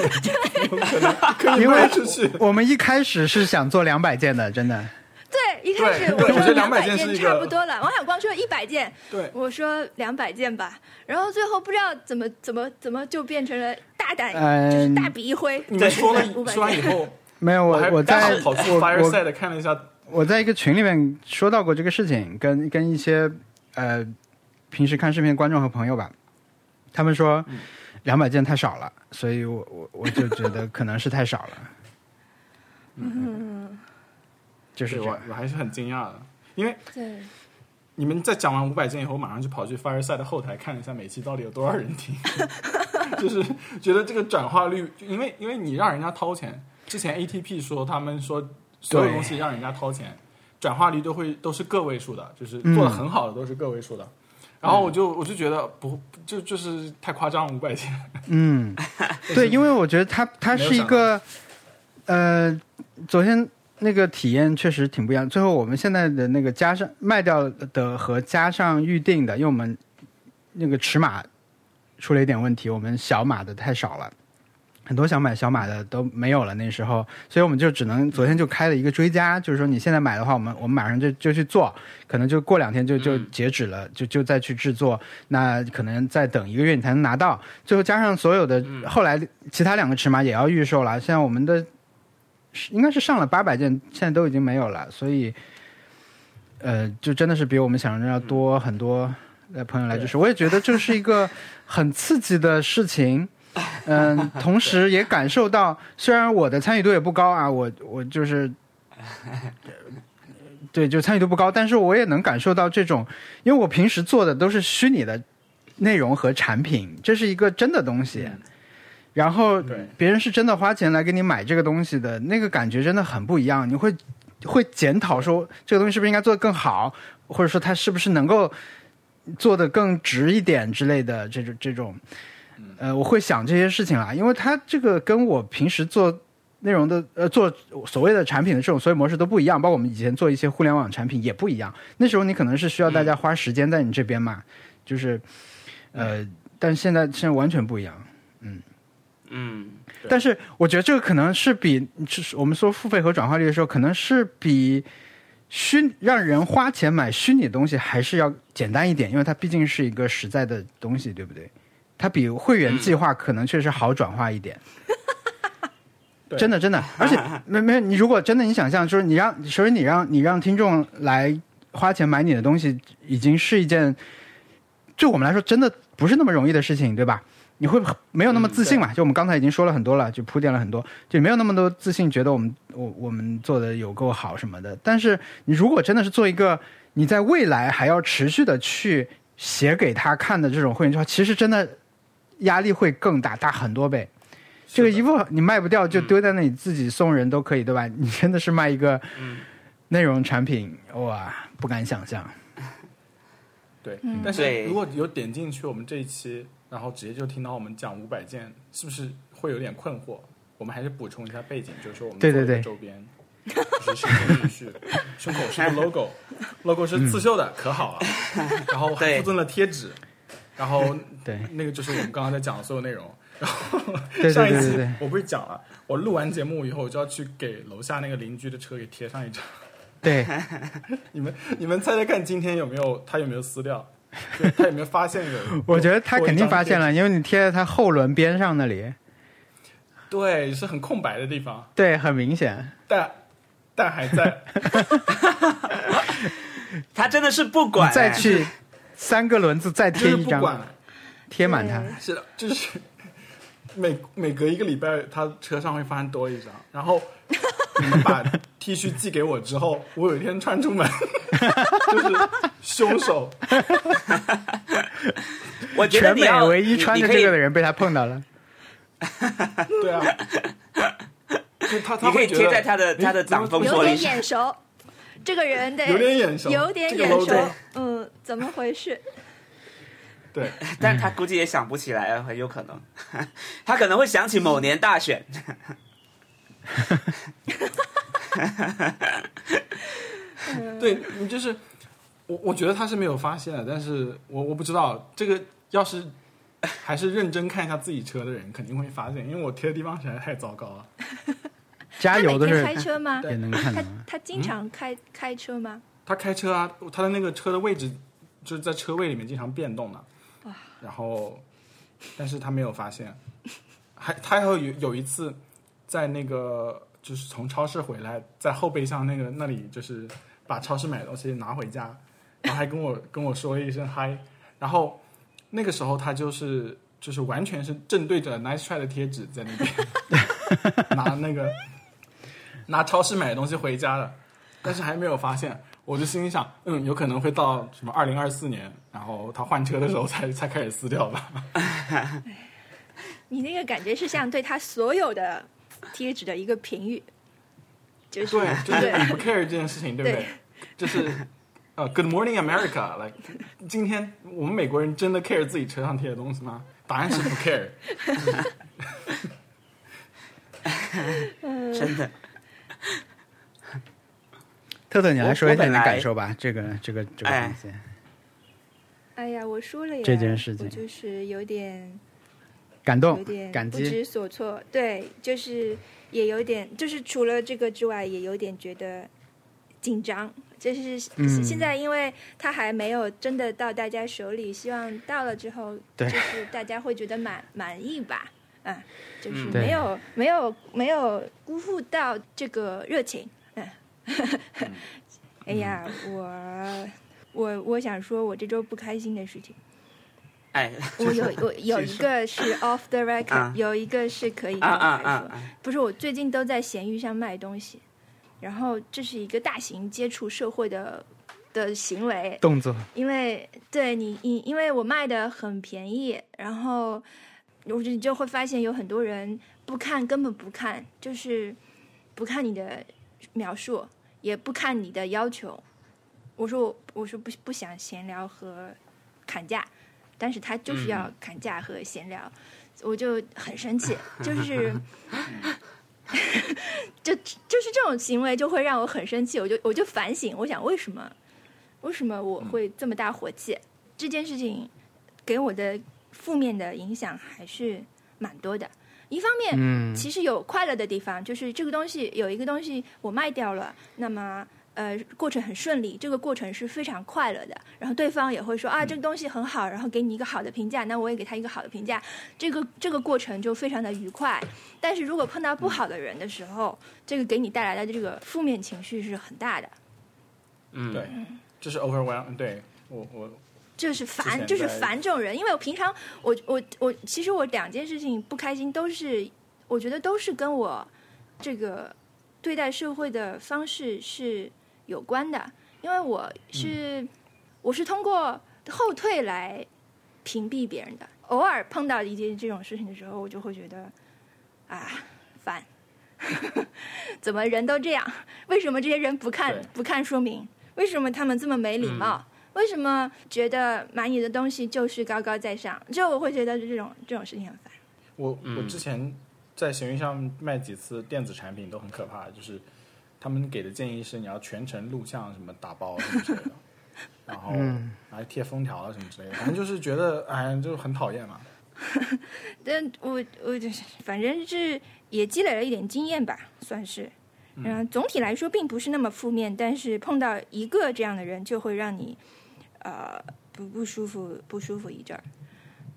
A: 有可能可以
C: 因为
A: 卖出去。
C: 我们一开始是想做两百件的，真的。
D: 对，一开
A: 对
D: 始
A: 对我觉
D: 说
A: 得
D: 两
A: 200
D: 百
A: 件是一个
D: 差不多了，王小光说一百件，
A: 对，
D: 我说两百件吧，然后最后不知道怎么怎么怎么就变成了大胆，
C: 嗯
D: 就是大笔一挥。
A: 你们说了
D: 五百
A: 说完以后，
C: 没有，我
A: 还
C: 我在
A: 刚好跑去
C: 我
A: Fireside
C: 我
A: 看了一下，
C: 我在一个群里面说到过这个事情，跟跟一些呃平时看视频的观众和朋友吧，他们说两百件太少了，所以我我我就觉得可能是太少了，
D: 嗯，
C: 就是
A: 对
C: 这
A: 我
C: 样。
A: 我还是很惊讶的，因为
D: 对，
A: 你们在讲完五百件以后，马上就跑去 Fireside 的后台看了一下每期到底有多少人听， 就是觉得这个转化率，因为因为你让人家掏钱，之前 ATP 说他们说所有东西让人家掏钱，转化率都会都是个位数的，就是做的很好的都是个位数的。然后我就我就觉得不就就是太夸张，五百件，
C: 嗯，对，因为我觉得它它是一个呃，昨天那个体验确实挺不一样。最后我们现在的那个加上卖掉的呃和加上预定的，因为我们那个尺码出了一点问题，我们小码的太少了。很多想买小码的都没有了，那时候，所以我们就只能昨天就开了一个追加，就是说你现在买的话，我们我们马上就就去做，可能就过两天就就截止了，就就再去制作，那可能再等一个月你才能拿到。最后加上所有的，后来其他两个尺码也要预售了，现在我们的是应该是上了八百件，现在都已经没有了，所以，呃，就真的是比我们想象中要多很多。呃，朋友来支持，我也觉得这是一个很刺激的事情。嗯，同时也感受到，虽然我的参与度也不高啊，我我就是，对，就参与度不高，但是我也能感受到这种，因为我平时做的都是虚拟的内容和产品，这是一个真的东西，然后
A: 对
C: 别人是真的花钱来给你买这个东西的，那个感觉真的很不一样，你会会检讨说这个东西是不是应该做得更好，或者说它是不是能够做得更直一点之类的这种这种。呃，我会想这些事情啦，因为它这个跟我平时做内容的呃做所谓的产品的这种所有模式都不一样，包括我们以前做一些互联网产品也不一样。那时候你可能是需要大家花时间在你这边嘛，就是呃，但现在现在完全不一样。
B: 嗯，
C: 但是我觉得这个可能是比就是我们说付费和转化率的时候，可能是比虚让人花钱买虚拟的东西还是要简单一点，因为它毕竟是一个实在的东西，对不对？它比会员计划可能确实好转化一点。
A: 对
C: 真的真的，而且没没有你如果真的你想象，就是你让首先你让你让听众来花钱买你的东西，已经是一件对我们来说真的不是那么容易的事情，对吧？你会很没有那么
A: 嗯
C: 自信嘛？就我们刚才已经说了很多了，就铺垫了很多，就没有那么多自信，觉得我们我我们做的有够好什么的。但是你如果真的是做一个你在未来还要持续的去写给他看的这种会员计划，其实真的压力会更大，大很多倍。这个衣服你卖不掉就丢在那里，自己送人都可以，对吧？
A: 嗯
C: 你真的是卖一个 嗯内容产品，哇，不敢想象。
A: 对，但是
B: 对
A: 如果有点进去我们这一期，然后直接就听到我们讲五百件，是不是会有点困惑？我们还是补充一下背景，就是说我们
C: 对对
A: 做了一
C: 对
A: 个周边，就是胸口是序， 胸口是个 logo，logo
C: 嗯
A: 是刺绣的，可 好了。啊然后还
B: 对
A: 附赠了贴纸，然后
C: 对
A: 那个就是我们刚刚在讲的所有内容。
C: 对对
A: 上一
C: 对对
A: 期
C: 对，
A: 我不是讲了，我录完节目以后，我就要去给楼下那个邻居的车给贴上一张。
C: 对，？
A: 你们你们猜猜看，今天有没有他有没有撕掉？就他有没有发现有
C: 我觉得他肯定发现
A: 了。
C: 了，因为你贴在他后轮边上那里，
A: 对，是很空白的地方，
C: 对，很明显。
A: 但但还 在。
B: 他真的是不
C: 你
B: 管
C: 再
B: 哎
C: 去三个轮子再
A: 就
C: 贴
A: 是
C: 一
A: 不
C: 张，
A: 管，
C: 贴满它。
A: 是的，就是 每每隔一个礼拜，他车上会发现多一张。然后你们 把 T 恤寄给我之后，我有一天穿出门， 就是凶手。
B: 我觉得
C: 全
B: 你
C: 美
B: 要
C: 唯一
B: 你
C: 穿着
B: 你可以
C: 这个的人被他碰到了，
A: 对啊，就他他
B: 你可
A: 会
B: 以
A: 觉
B: 贴
A: 得
B: 在他的他的挡风
D: 有
B: 玻璃
D: 点
B: 上。
D: 眼熟，这个人得
A: 有点眼熟
D: 有点
A: 这个
D: 眼
A: logo
D: 熟，嗯，怎么回事？
A: 对
B: 但他估计也想不起来，啊很有可能， 他可能会想起某年大选。
A: 对，你就是我，我觉得他是没有发现的，但是我我不知道这个要是。还是认真看一下自己车的人肯定会发现，因为我贴的地方实在太糟糕了。
C: 加油的
D: 他每
C: 是
D: 天开车吗？
C: 也能看到
D: 他。他
A: 嗯
D: 经常开开车吗？
A: 他开车啊，他的那个车的位置就是在车位里面经常变动的、然后，但是他没有发现，还他还有有一次在那个就是从超市回来，在后备箱那个那里就是把超市买的东西拿回家，然后还跟我跟我说了一声嗨，然后那个时候他就是就是完全是正对着 Nice Try 的贴纸在那边 拿那个拿超市买的东西回家的，但是还没有发现。我就心里想，嗯，有可能会到什么二零二四年，然后他换车的时候才才开始撕掉吧。
D: 你那个感觉是像对他所有的贴纸的一个评语，就是
A: 对，就是 你不 care 这件事情，对不对
D: 对？
A: 就是呃，Good morning America，like，今天我们美国人真的 care 自己车上贴的东西吗？答案是不 care。
D: 嗯
B: 真的。
C: 特特，你来说一下
B: 我本
C: 你的
B: 来
C: 感受吧。这个这个这个
B: 哎
C: 东西，
D: 哎呀，我说了呀，
C: 这件事情
D: 我就是有点
C: 感
D: 有
C: 动
D: 点、
C: 感
D: 不
C: 激，
D: 知所措。对，就是也有点，就是除了这个之外，也有点觉得紧张。就是
C: 嗯
D: 现在，因为它还没有真的到大家手里，希望到了之后，
C: 对
D: 就是大家会觉得满满意吧。嗯，就是
B: 嗯
C: 对
D: 没有、没有没有辜负到这个热情。嗯，
C: 嗯
D: 哎呀，我我我想说，我这周不开心的事情。
B: 哎，
D: 我有 我有一个是 off the record，、
B: 啊
D: 有一个是可以
B: 啊
D: 公
B: 啊
D: 开说。
B: 啊！啊
D: 不是，我最近都在闲鱼上卖东西，然后这是一个大型接触社会的的行为，
C: 动作
D: 因为对你你因为我卖的很便宜，然后我就就会发现有很多人不看，根本不看，就是不看你的描述，也不看你的要求。我说我我说不不想闲聊和砍价，但是他就是要砍价和闲聊，我就很生气，就是 就就是这种行为就会让我很生气，我就我就反省，我想为什么为什么我会这么大火气？这件事情给我的负面的影响还是蛮多的。一方面，
C: 嗯
D: 其实有快乐的地方，就是这个东西有一个东西我卖掉了，那么呃过程很顺利，这个过程是非常快乐的。然后对方也会说啊这个东西很好，然后给你一个好的评价，那我也给他一个好的评价，这个这个过程就非常的愉快。但是如果碰到不好的人的时候，这个给你带来的这个负面情绪是很大的。
B: 嗯，
A: 对，这是 overwhelm，对我我
D: 就是
A: 之
D: 烦，
A: 前
D: 就是
A: 在
D: 烦这种人。因为我平常我我我，其实我两件事情不开心都是，我觉得都是跟我这个对待社会的方式是有关的。因为我
A: 嗯
D: 是、我是通过后退来屏蔽别人的。偶尔碰到一件这种事情的时候，我就会觉得啊烦， 怎么人都这样？为什么这些人不看
A: 对
D: 不看说明？为什么他们这么没礼貌？为什么觉得买你的东西就是高高在上？就我会觉得这种这种事情很烦。
A: 我我
B: 嗯
A: 之前在闲鱼上卖几次电子产品都很可怕，就是他们给的建议是你要全程录像什么打包什么之类的，然后
B: 嗯
A: 还贴封条啊什么之类的，反正就是觉得哎就很讨厌嘛。
D: 但我我就是反正是也积累了一点经验吧，算是。嗯，总体来说并不是那么负面，但是碰到一个这样的人，就会让你呃不不舒服不舒服一阵儿。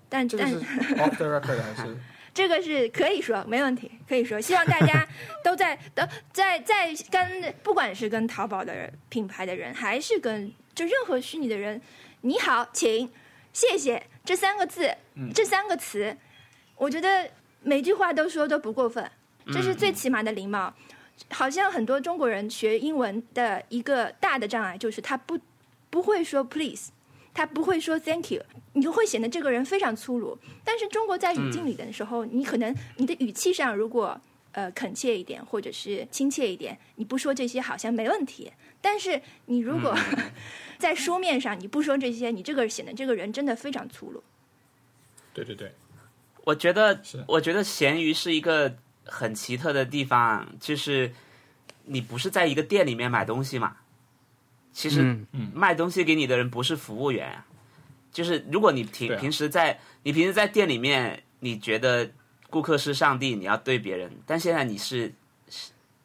D: 但
A: 这个
D: 但
A: 是 off the record 还是
D: 这个是可以说没问题，可以说。希望大家都在都在在跟，不管是跟淘宝的人品牌的人，还是跟就任何虚拟的人，你好，请，谢谢这三个字，这三个词，我觉得每句话都说都不过分，这是最起码的礼貌。好像很多中国人学英文的一个大的障碍就是他不不会说 please，他不会说 thank you，你就会显得这个人非常粗鲁。但是中国在语
B: 嗯
D: 境里的时候，你可能你的语气上如果呃恳切一点，或者是亲切一点，你不说这些好像没问题。但是你如果、
B: 嗯
D: 在书面上你不说这些，你这个显得这个人真的非常粗鲁。
A: 对对对，
B: 我觉得
A: 是，
B: 我觉得闲鱼是一个很奇特的地方，就是你不是在一个店里面买东西嘛，其实
C: 嗯
B: 卖东西给你的人不是服务员啊，就是如果你平、
A: 对啊
B: 平时在你平时在店里面，你觉得顾客是上帝，你要对别人，但现在你是，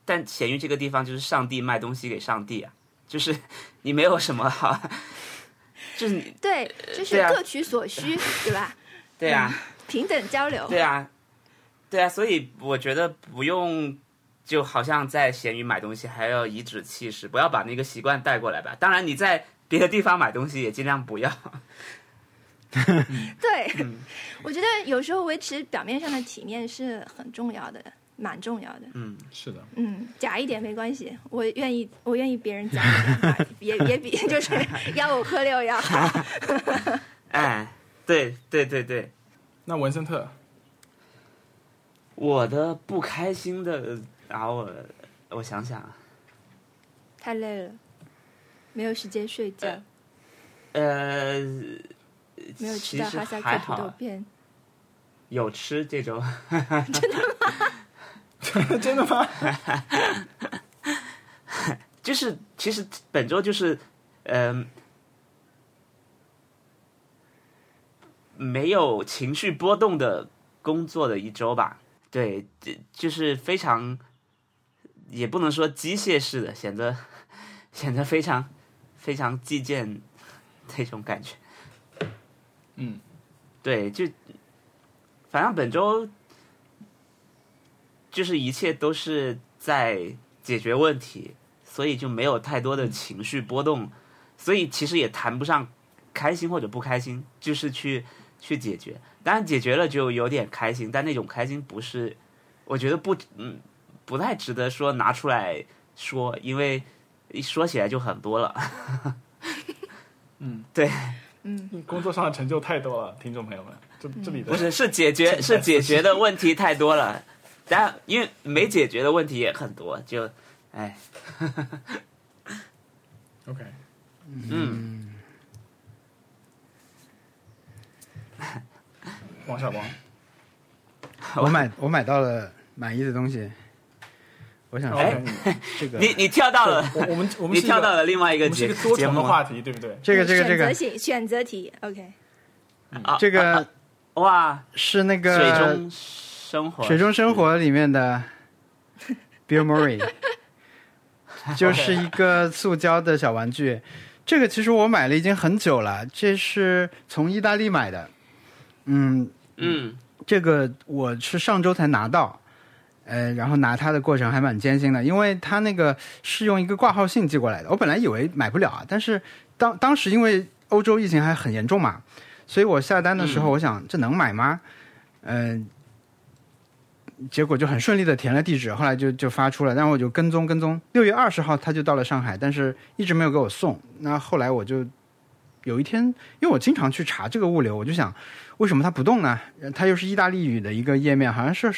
B: 但闲鱼这个地方就是上帝卖东西给上帝啊，就是你没有什么好， 就是你
D: 对，就是
B: 对啊
D: 各取所 需，对吧？
B: 对啊。
D: 平等交流。
B: 对啊，对啊，所以我觉得不用，就好像在闲鱼买东西还要颐指气使，不要把那个习惯带过来吧。当然，你在别的地方买东西也尽量不要。
D: 对，
B: 嗯
D: 我觉得有时候维持表面上的体面是很重要的，蛮重要的。
B: 嗯，
A: 是的，
D: 嗯，假一点没关系，我愿意，我愿意别人假一点吧，也也比 就是幺五喝六要好。
B: 哎，对对对对，
A: 那文森特
B: 我的不开心的，呃然后我我想想啊，
D: 太累了，没有时间睡觉，
B: 呃，
D: 没有
B: 其
D: 吃到
B: 实
D: 哈萨
B: 还
D: 克土
B: 好
D: 豆
B: 啊，
D: 片。
B: 有吃这种，真的吗？
A: 真的吗？
B: 就是其实本周就是，嗯、没有情绪波动的工作的一周吧。对，这就是非常，也不能说机械式的，显得显得非常非常计件那种感觉。
A: 嗯，
B: 对，就反正本周就是一切都是在解决问题，所以就没有太多的情绪波动，所以其实也谈不上开心或者不开心，就是去去解决。当然解决了就有点开心，但那种开心不是，我觉得不嗯不太值得说拿出来说，因为一说起来就很多了。
A: 工作上的成就太多了，听众朋友们，这这里的
B: 嗯不是，是 解决是解决的问题太多了，但因为没解决的问题也很多，就，哎，
A: OK，
B: 嗯，
A: 王小光，
C: 我买我买到了满意的东西，我想
A: 哎
C: 说，这个
B: 你你跳到了，
A: 我我们我们
B: 你
A: 是一个
B: 跳到了另外一
A: 我
B: 个
A: 们是一
B: 节
A: 个多
B: 节
A: 重的
B: 目
A: 话题，对不对？
C: 这个这个这
D: 选择
C: 个
D: 性选择题，OK，
B: 啊，
C: 这
B: 啊
C: 个
B: 啊哇，
C: 是那
B: 水
C: 个
B: 中生活，
C: 《水中生活》里面的 Bill Murray，就是一个塑胶的小玩具。这个其实我买了已经很久了，这是从意大利买的。嗯，
B: 嗯，
C: 这个我是上周才拿到，呃，然后拿它的过程还蛮艰辛的，因为它那个是用一个挂号信寄过来的。我本来以为买不了啊，但是当当时因为欧洲疫情还很严重嘛，所以我下单的时候，我想、这能买吗？嗯、结果就很顺利的填了地址，后来就就发出了，然后我就跟踪跟踪，六月二十号它就到了上海，但是一直没有给我送。那后来我就有一天，因为我经常去查这个物流，我就想为什么它不动呢？它呃又是意大利语的一个页面，好像是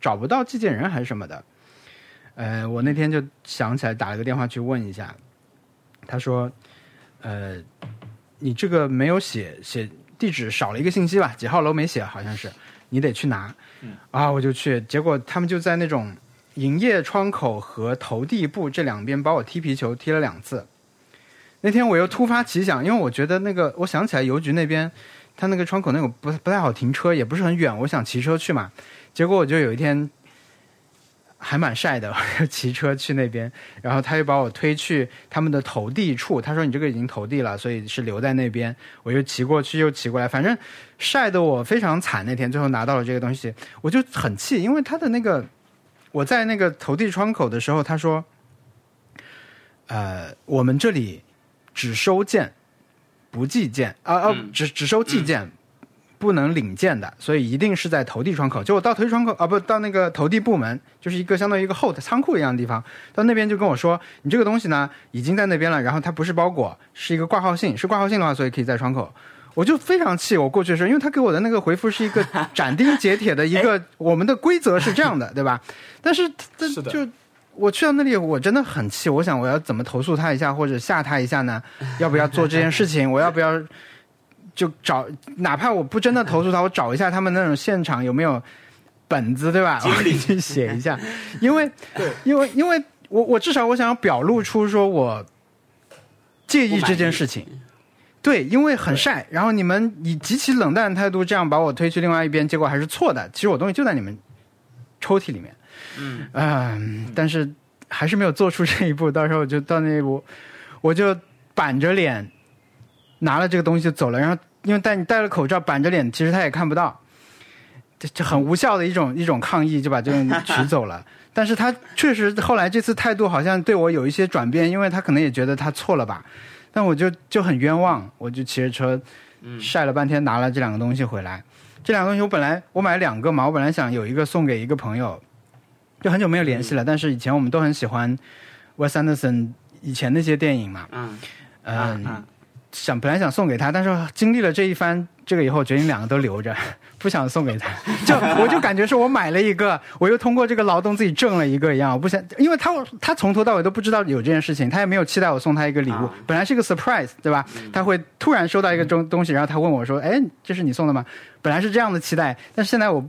C: 找不到寄件人还是什么的。呃，我那天就想起来打了个电话去问一下，他说，呃，你这个没有写写地址少了一个信息吧？几号楼没写，好像是，你得去拿。啊，我就去，结果他们就在那种营业窗口和投递部这两边把我踢皮球踢了两次。那天我又突发奇想，因为我觉得那个，我想起来邮局那边，他那个窗口那个不不太好停车，也不是很远，我想骑车去嘛。结果我就有一天还蛮晒的， 我就骑车去那边，然后他又把我推去他们的投递处，他说你这个已经投递了，所以是留在那边。我又骑过去，又骑过来，反正晒得我非常惨。那天最后拿到了这个东西，我就很气，因为他的那个我在那个投递窗口的时候，他说，呃，我们这里只收件，不寄件啊啊，
B: 嗯
C: 只只收寄件，不能领件的，所以一定是在投递窗口。结果到投递窗口啊，不到那个投递部门，就是一个相当于一个后的仓库一样的地方，到那边就跟我说，你这个东西呢已经在那边了，然后它不是包裹，是一个挂号信，是挂号信的话，所以可以在窗口。我就非常气，我过去的时候，因为他给我的那个回复 是一个斩钉截铁的一个，我们的规则是这样的，对吧？但是这
A: 哎是的
C: 就我去到那里，我真的很气，我想我要怎么投诉他一下，或者吓他一下呢？要不要做这件事情？我要不要就找，哪怕我不真的投诉他，我找一下他们那种现场有没有本子，对吧？我去写一下，因为
A: 对
C: 因为因为我我至少我想要表露出说我介意这件事情。对，因为很晒，然后你们以极其冷淡的态度这样把我推去另外一边，结果还是错的。其实我东西就在你们抽屉里面，
B: 嗯
C: 嗯，但是还是没有做出这一步。到时候我就到那一步，我就板着脸拿了这个东西就走了。然后因为戴你戴了口罩，板着脸，其实他也看不到，这这很无效的一种一种抗议，就把这种取走了。但是他确实后来这次态度好像对我有一些转变，因为他可能也觉得他错了吧。但我就就很冤枉，我就骑着车
B: 嗯
C: 晒了半天，拿了这两个东西回来。这两个东西我本来我买了两个嘛，我本来想有一个送给一个朋友，就很久没有联系了。但是以前我们都很喜欢 Wes Anderson 以前那些电影嘛，
B: 嗯
C: 嗯，
B: 嗯
C: 想本来想送给他，但是经历了这一番这个以后，决定两个都留着，不想送给他。就我就感觉是我买了一个，我又通过这个劳动自己挣了一个一样。我不想，因为他他从头到尾都不知道有这件事情，他也没有期待我送他一个礼物
B: 啊，嗯
C: 本来是个 surprise，对吧？
A: 嗯
C: 他会突然收到一个东东西，然后他问我说：“哎，这是你送的吗？”本来是这样的期待，但是现在我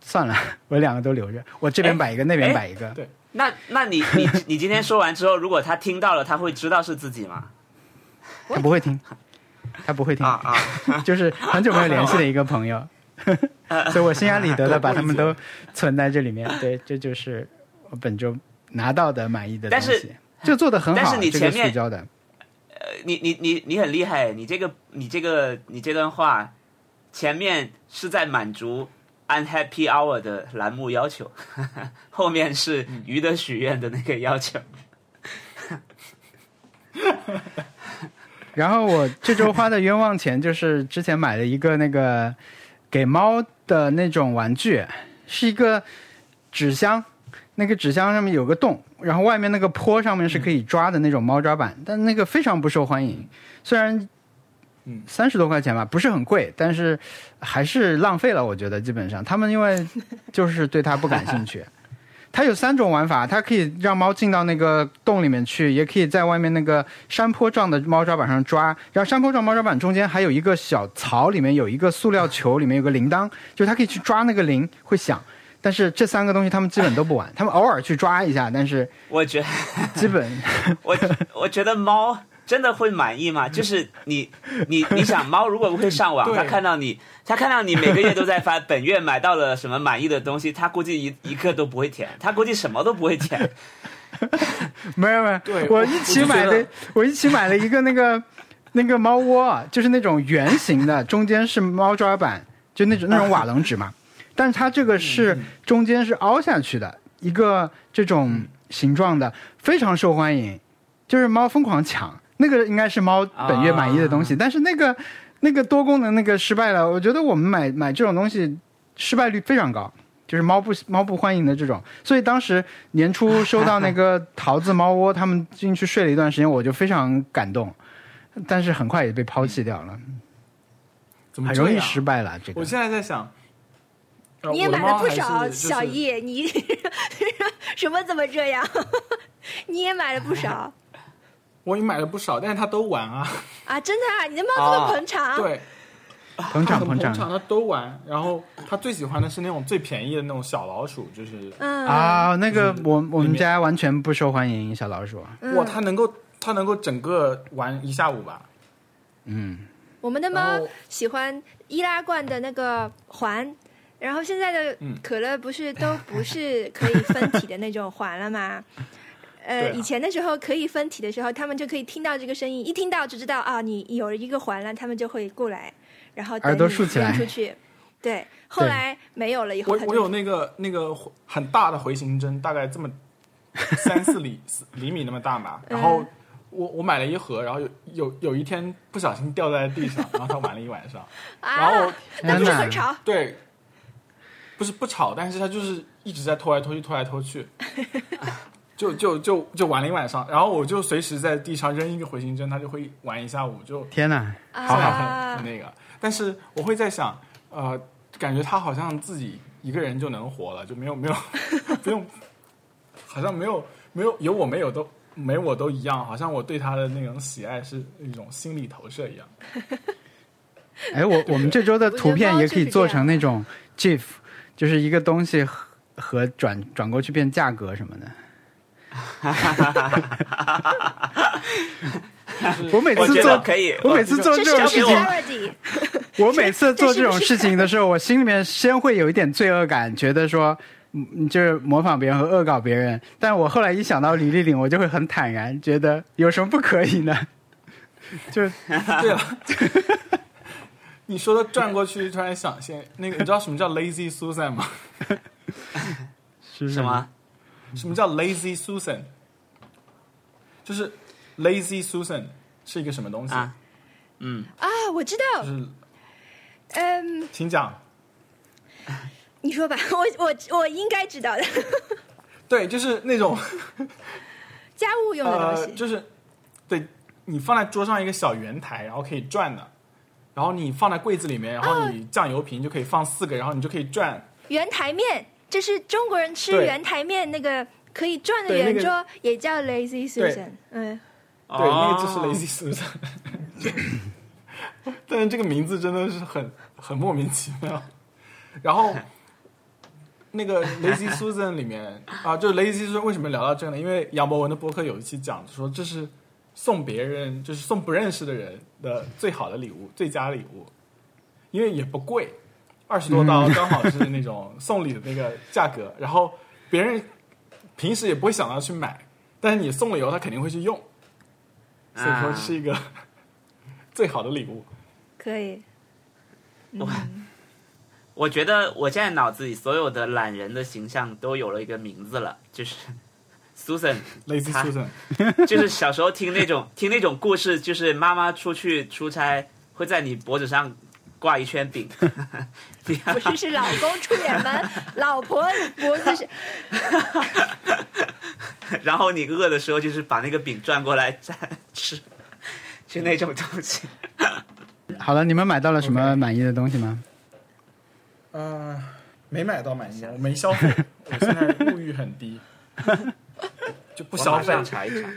C: 算了，我两个都留着，我这边摆一个，那边摆一个。
A: 对
B: 那那你你你今天说完之后，如果他听到了，他会知道是自己吗？
C: 他不会听，他不会听
B: 啊，啊，
C: 就是很久没有联系的一个 朋友，所以我心安理得的把他们都存在这里面。对，这就是我本周拿到的满意的东
B: 但是
C: 西，就做的很好，啊
B: 但是你前面
C: 这个塑胶的。
B: 呃你你你你很厉害，你这个你这个你这段话前面是在满足 unhappy hour 的栏目要求，后面是
A: 嗯
B: 鱼的许愿的那个要求。
C: 然后我这周花的冤枉钱就是之前买了一个那个 给猫的那种玩具，是一个纸箱，那个纸箱上面有个洞，然后外面那个坡上面是可以抓的那种猫抓板，但那个非常不受欢迎，虽然。
A: 嗯
C: 三十多块钱吧，不是很贵，但是还是浪费了。我觉得基本上他们因为就是对它不感兴趣。它有三种玩法，它可以让猫进到那个洞里面去，也可以在外面那个山坡状的猫抓板上抓。然后山坡状猫抓板中间还有一个小槽，里面有一个塑料球，里面有个铃铛，就是它可以去抓那个铃，会响。但是这三个东西他们基本都不玩，他们偶尔去抓一下，但是
B: 我觉
C: 基本
B: 我我觉得猫真的会满 意吗？就是你你你想，猫如果会上网，
A: 对
B: 它看到你，它看到你每个月都在发本月买到了什么满意的东西，它估计一一个都不会舔，它估计什么都不会 舔。
C: 没有没有，
A: 对
C: 我
A: 我
C: 一起买
B: 我就觉
C: 的
B: 得，
C: 我一起买了一个那个那个猫窝，就是那种圆形的，中间是猫抓板，就那种那种瓦楞纸嘛。但是它这个是中间是凹下去的，一个这种形状的，非常受欢迎，就是猫疯狂抢。那个应该是猫本月满意的东西，但是那个那个多功能那个失败了，我觉得我们买买这种东西失败率非常高。就是猫不猫不欢迎的这种，所以当时年初收到那个桃子猫窝，他们进去睡了一段时间，我就非常感动，但是很快也被抛弃掉了，
A: 怎么
C: 很
A: 这
C: 容易
A: 样
C: 失败了。这
A: 啊
C: 个
A: 我现在在想，呃
D: 你也
A: 我的
D: 买了
A: 猫
D: 不
A: 还是
D: 少，
A: 就是
D: 小易，你 什么怎么这样？ 你也买了不少
A: 我已经买了不少，但是它都玩啊，
D: 啊！真的啊，你的猫这么
B: 啊
D: 捧场，
A: 对，
C: 捧
A: 它
C: 场
A: 很
C: 捧
A: 场，
C: 场
A: 它都玩。然后它最喜欢的是那种最便宜的那种小老鼠，就是
D: 嗯，
C: 啊，那个
A: 就是
C: 我我
A: 里
C: 们
A: 面
C: 家完全不受欢迎小老鼠，
D: 嗯
A: 哇，它能够它能够整个玩一下午吧。
C: 嗯，
D: 我们的
A: 然
D: 猫
A: 后
D: 喜欢易拉罐的那个环，然后现在的
A: 嗯
D: 可乐不是都不是可以分体的那种环了吗？呃，
A: 对啊
D: 以前的时候可以分体的时候，他们就可以听到这个声音，一听到就知道啊，你有了一个环了，他们就会过来，然后等
C: 耳朵
D: 你
C: 竖起来
D: 扔出去。对，后来没有了以后，
A: 我
D: 它
A: 我
D: 就
A: 有那个那个很大的回形针，大概这么三四厘四厘米那么大吧。然后
D: 嗯
A: 我我买了一盒，然后有有有一天不小心掉在地上，然后它玩了一晚上。然后
D: 啊
A: 我，
D: 那不是
C: 天哪
D: 很吵？
A: 对，不是不吵，但是它就是一直在拖来拖去，拖来拖去，就就就就玩了一晚上。然后我就随时在地上扔一个回形针，它就会玩一下午，就
C: 天哪，好好
A: 很
D: 啊
A: 很，那个。但是我会在想，呃，感觉它好像自己一个人就能活了，就没有没有不用，好像没有没有有我没有都。没我都一样，好像我对它的那种喜爱是一种心理投射一样。
C: 哎，我我们这周的
D: 我觉
C: 图
D: 得
C: 片
D: 猫
C: 也
D: 就
C: 可以
D: 是
C: 做
D: 这样
C: 成那种 GIF，就是一个东西和和转转过去变价格什么的。我每
B: 我
C: 次
B: 觉
C: 做
B: 得可以，
C: 我每次做
D: 这
C: 这种
D: 是
C: 事
D: 一个
C: 情，
D: parody，
C: 我每次做这种
D: 这是不是
C: 事情的时候，我心里面先会有一点罪恶感，觉得说，嗯，嗯就是模仿别人和恶搞别人。但我后来一想到李丽玲，我就会很坦然，觉得有什么不可以呢？就
A: 对了，你说的转过去，突然想先那个，你知道什么叫 lazy Susan 吗？
C: 是
B: 什么？
A: 什么叫 lazy Susan？就是 lazy Susan 是一个什么东西？
B: 啊？
D: 啊，我知道，
A: 就是
D: 嗯，
A: 请讲。
D: 你说吧，我我我应该知道的，
A: 对，就是那种
D: 家务用的
A: 呃
D: 东，西。
A: 就是对你放在桌上一个小圆台，然后可以转的，然后你放在柜子里面，然后你酱油瓶就可以放四个，然后你就可以转。
D: 圆台面，这是中国人吃
A: 对
D: 圆台面那个可以转的
A: 对那
D: 圆
A: 个
D: 桌，也叫 lazy Susan。嗯，
A: 对，那个就
B: 哦
A: 是 lazy Susan。但是这个名字真的是很很莫名其妙。然后那个 Lazy Susan 里面啊，就是 Lazy Susan 为什么聊到这呢？因为杨博文的博客有一期讲说，这是送别人，就是送不认识的人的最好的礼物，最佳礼物，因为也不贵，二十多刀刚好是那种送礼的那个价格，然后别人平时也不会想到去买，但是你送了以后，他肯定会去用，
B: 哦
A: 所以说是一
B: 啊
A: 个最好的礼物。
D: 可 以。
B: 我觉得我现在脑子里所有的懒人的形象都有了一个名字了，就是 Susan，
A: Lazy
B: 他
A: Susan，
B: 就是小时候听那 种听那种故事，就是妈妈出去出差会在你脖子上挂一圈饼，
D: 不是是老公出远门，老婆脖子是
B: 然后你饿的时候就是把那个饼转过来再吃，就那种东西。
C: 好了，你们买到了什么
A: OK
C: 满意的东西吗？
A: 嗯、没买到满意， 我没消费，我现在物欲很低，就不
B: 我
A: 消
B: 马
A: 费
B: 上。查一查，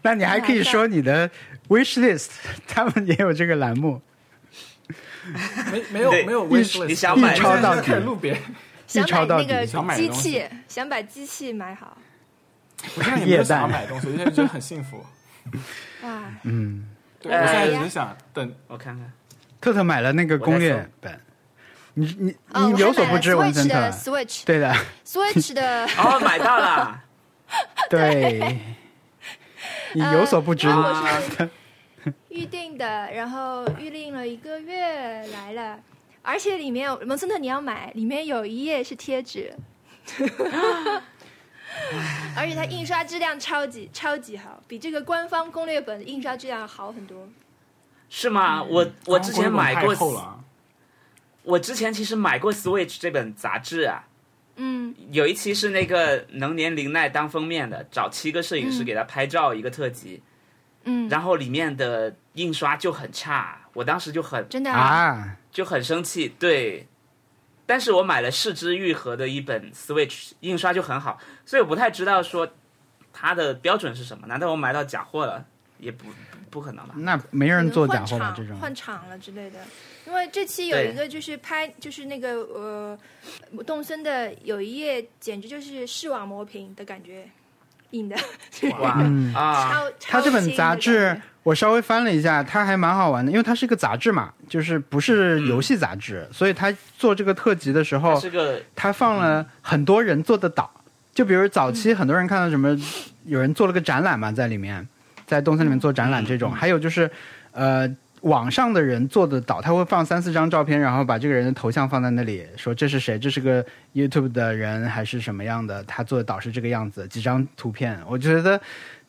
C: 那你还可以说你的 wish list，他 们也有这个栏目。
A: 没没有
B: 对
A: 没有
C: 一
A: wish list，
B: 你想买
A: 我现在
C: 一抄到底
A: 开始录别人，
D: 想
C: 一抄
D: 买
C: 到
D: 那
C: 底
D: 个
A: 想买
D: 机
A: 东
D: 器
A: 西，
D: 想把机器买好。
A: 我现在也没有想要买东西，我现在觉得很幸福。
D: 哇，
C: 嗯，
A: 对，
B: 哎
A: 我现在只是想等，
B: 我看看，
C: 特特买了那个攻略本。你你
D: 哦，
C: 嗯你有所不知，
D: 我还
C: 文
D: 买
C: 森特
D: 了。Switch 的
C: 对 的，
D: Switch，Switch 的。
B: 哦，买到了，
C: 对。你有所不知，
D: 呃
B: 啊
D: 我是预定的，然后预定了一个月来了，而且里面有蒙森特你要买，里面有一页是 贴纸，而且它印刷质量超级超级好，比这个官方攻略本印刷质量好很多。
B: 是吗？
A: 嗯
B: 我我之前买
A: 太厚
B: 过
A: 了，啊，
B: 我之前其实买过《Switch》这本杂志啊，
D: 嗯，
B: 有一期是那个能年玲奈当封面的，找七个摄影师
D: 嗯
B: 给她拍照一个特辑，
D: 嗯
B: 然后里面的印刷就很差，我当时就很
D: 真的啊，
C: 啊，
B: 就很生气，对。但是我买了四之愈合的一本 Switch，印刷就很好，所以我不太知道说它的标准是什么。难道我买到假货了？也不不可能吧？
C: 那没人做假货
D: 可能
C: 吧？
D: 换
C: 这种
D: 场换场了之类的。因为这期有
B: 对
D: 一个就是拍，就是那个呃，动森的有一页简直就是视网膜屏的感觉，印的。
B: 哇、
C: 嗯
B: 啊！
D: 超
C: 它这本杂志，我稍微翻了一下，它还蛮好玩的，因为它是个杂志嘛，就是不是游戏杂志，所以它做这个特辑的时
B: 嗯它
C: 候，
B: 是个
C: 它放了很多人做的岛，就比如早期很多人看到什么，有人做了个展览嘛，在里面，在东森里面做展览这种，还有就是，呃。网上的人做的岛，他会放三四张照片，然后把这个人的头像放在那里，说这是谁，这是个 YouTube 的人还是什么样的，他做的岛是这个样子，几张图片。我觉得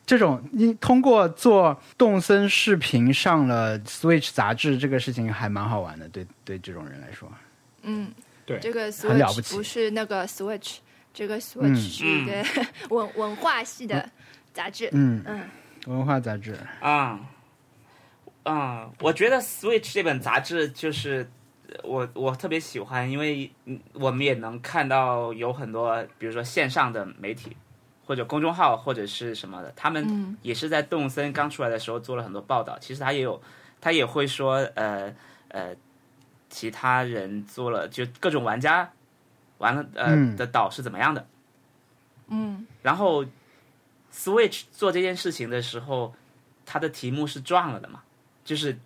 C: 这种你通过做动森视频上了 Switch 杂志这个事情还蛮好玩的，对对这种人来说，
D: 嗯，
A: 对
D: 这个
C: 很了不
D: Switch
C: 起
D: 不是那个 Switch，这个
C: 嗯
D: Switch 是一个 文文化系的杂志，
C: 嗯，
D: 嗯，
C: 文化杂志，
B: 啊啊、我觉得《Switch》这本杂志就是呃我我特别喜欢，因为嗯我们也能看到有很多，比如说线上的媒体或者公众号或者是什么的，他们
D: 嗯
B: 也是在动森刚出来的时候做了很多报道。其实他也有，他也会说呃呃，其他人做了就各种玩家完了呃、
C: 嗯
B: 的岛是怎么样的。
D: 嗯
B: 然后 Switch 做这件事情的时候，它的题目是撞了的嘛，就是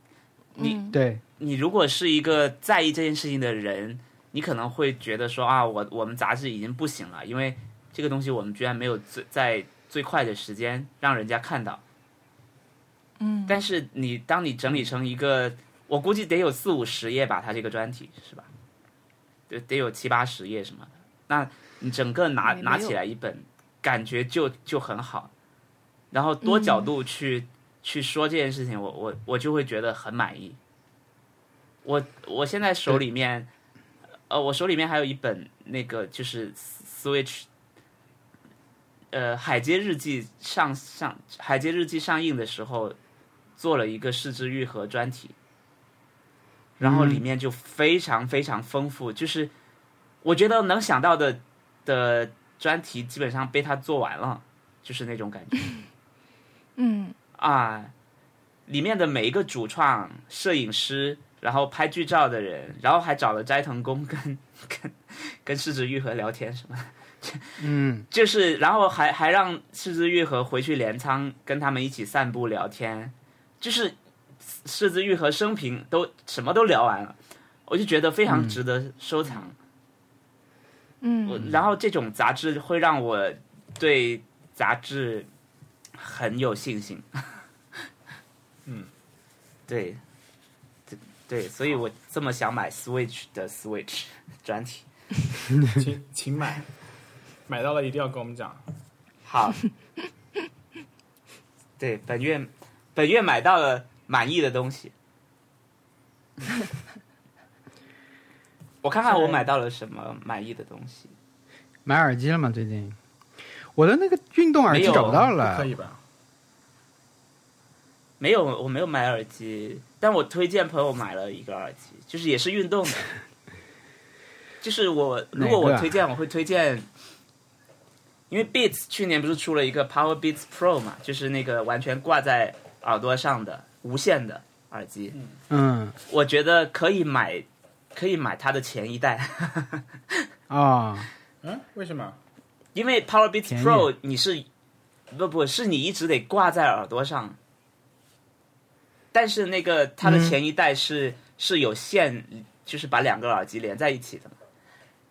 B: 你
D: 嗯
C: 对，
B: 你如果是一个在意这件事情的人，你可能会觉得说啊，我我们杂志已经不行了，因为这个东西我们居然没有最在最快的时间让人家看到。
D: 嗯，
B: 但是你当你整理成一个，我估计得有四五十页吧，它这个专题是吧？得得有七八十页什么的。那你整个拿
D: 没有
B: 拿起来一本，感觉就就很好，然后多角度去、去说这件事情，我我我就会觉得很满意。我我现在手里面，呃，我手里面还有一本那个就是 Switch，呃，《海街日记上》上《海街日记》上映的时候，做了一个视之愈合专题，然后里面就非常非常丰富，就是我觉得能想到的的专题基本上被他做完了，就是那种感觉。
D: 嗯
B: 啊，里面的每一个主创、摄影师，然后拍剧照的人，然后还找了斋藤工跟跟跟柿子愈合聊天什么的，
C: 嗯，
B: 就是然后还还让柿子愈合回去镰仓跟他们一起散步聊天，就是柿子愈合生平都什么都聊完了，我就觉得非常值得收藏。我
D: 嗯，
B: 然后这种杂志会让我对杂志很有信心。
A: 嗯，
B: 对，对对，所以我这么想买 Switch 的 Switch 专题。
A: 请请买，买到了一定要跟我们讲。
B: 好，对，本月本月买到了满意的东西。我看看我买到了什么满意的东西。
C: 买耳机了吗？最近我的那个运动耳机
B: 没有
C: 找不到
A: 不可
C: 了，
A: 以吧？
B: 没有，我没有买耳机，但我推荐朋友买了一个耳机，就是也是运动 的。就是我
C: 哪个
B: 如
C: 啊
B: 果我推荐，我会推荐，因为 Beats 去年不是出了一个 Power Beats Pro 嘛，就是那个完全挂在耳朵上的无线的耳机，
C: 嗯
B: 我觉得可以买，可以买它的前一代，
C: 啊，
A: 嗯，为什么？
B: 因为 Power
C: 便
B: Beats
C: 宜
B: Pro 你是不不是你一直得挂在耳朵上，但是那个它的
C: 嗯
B: 前一代是、是有线，就是把两个耳机连在一起的嘛。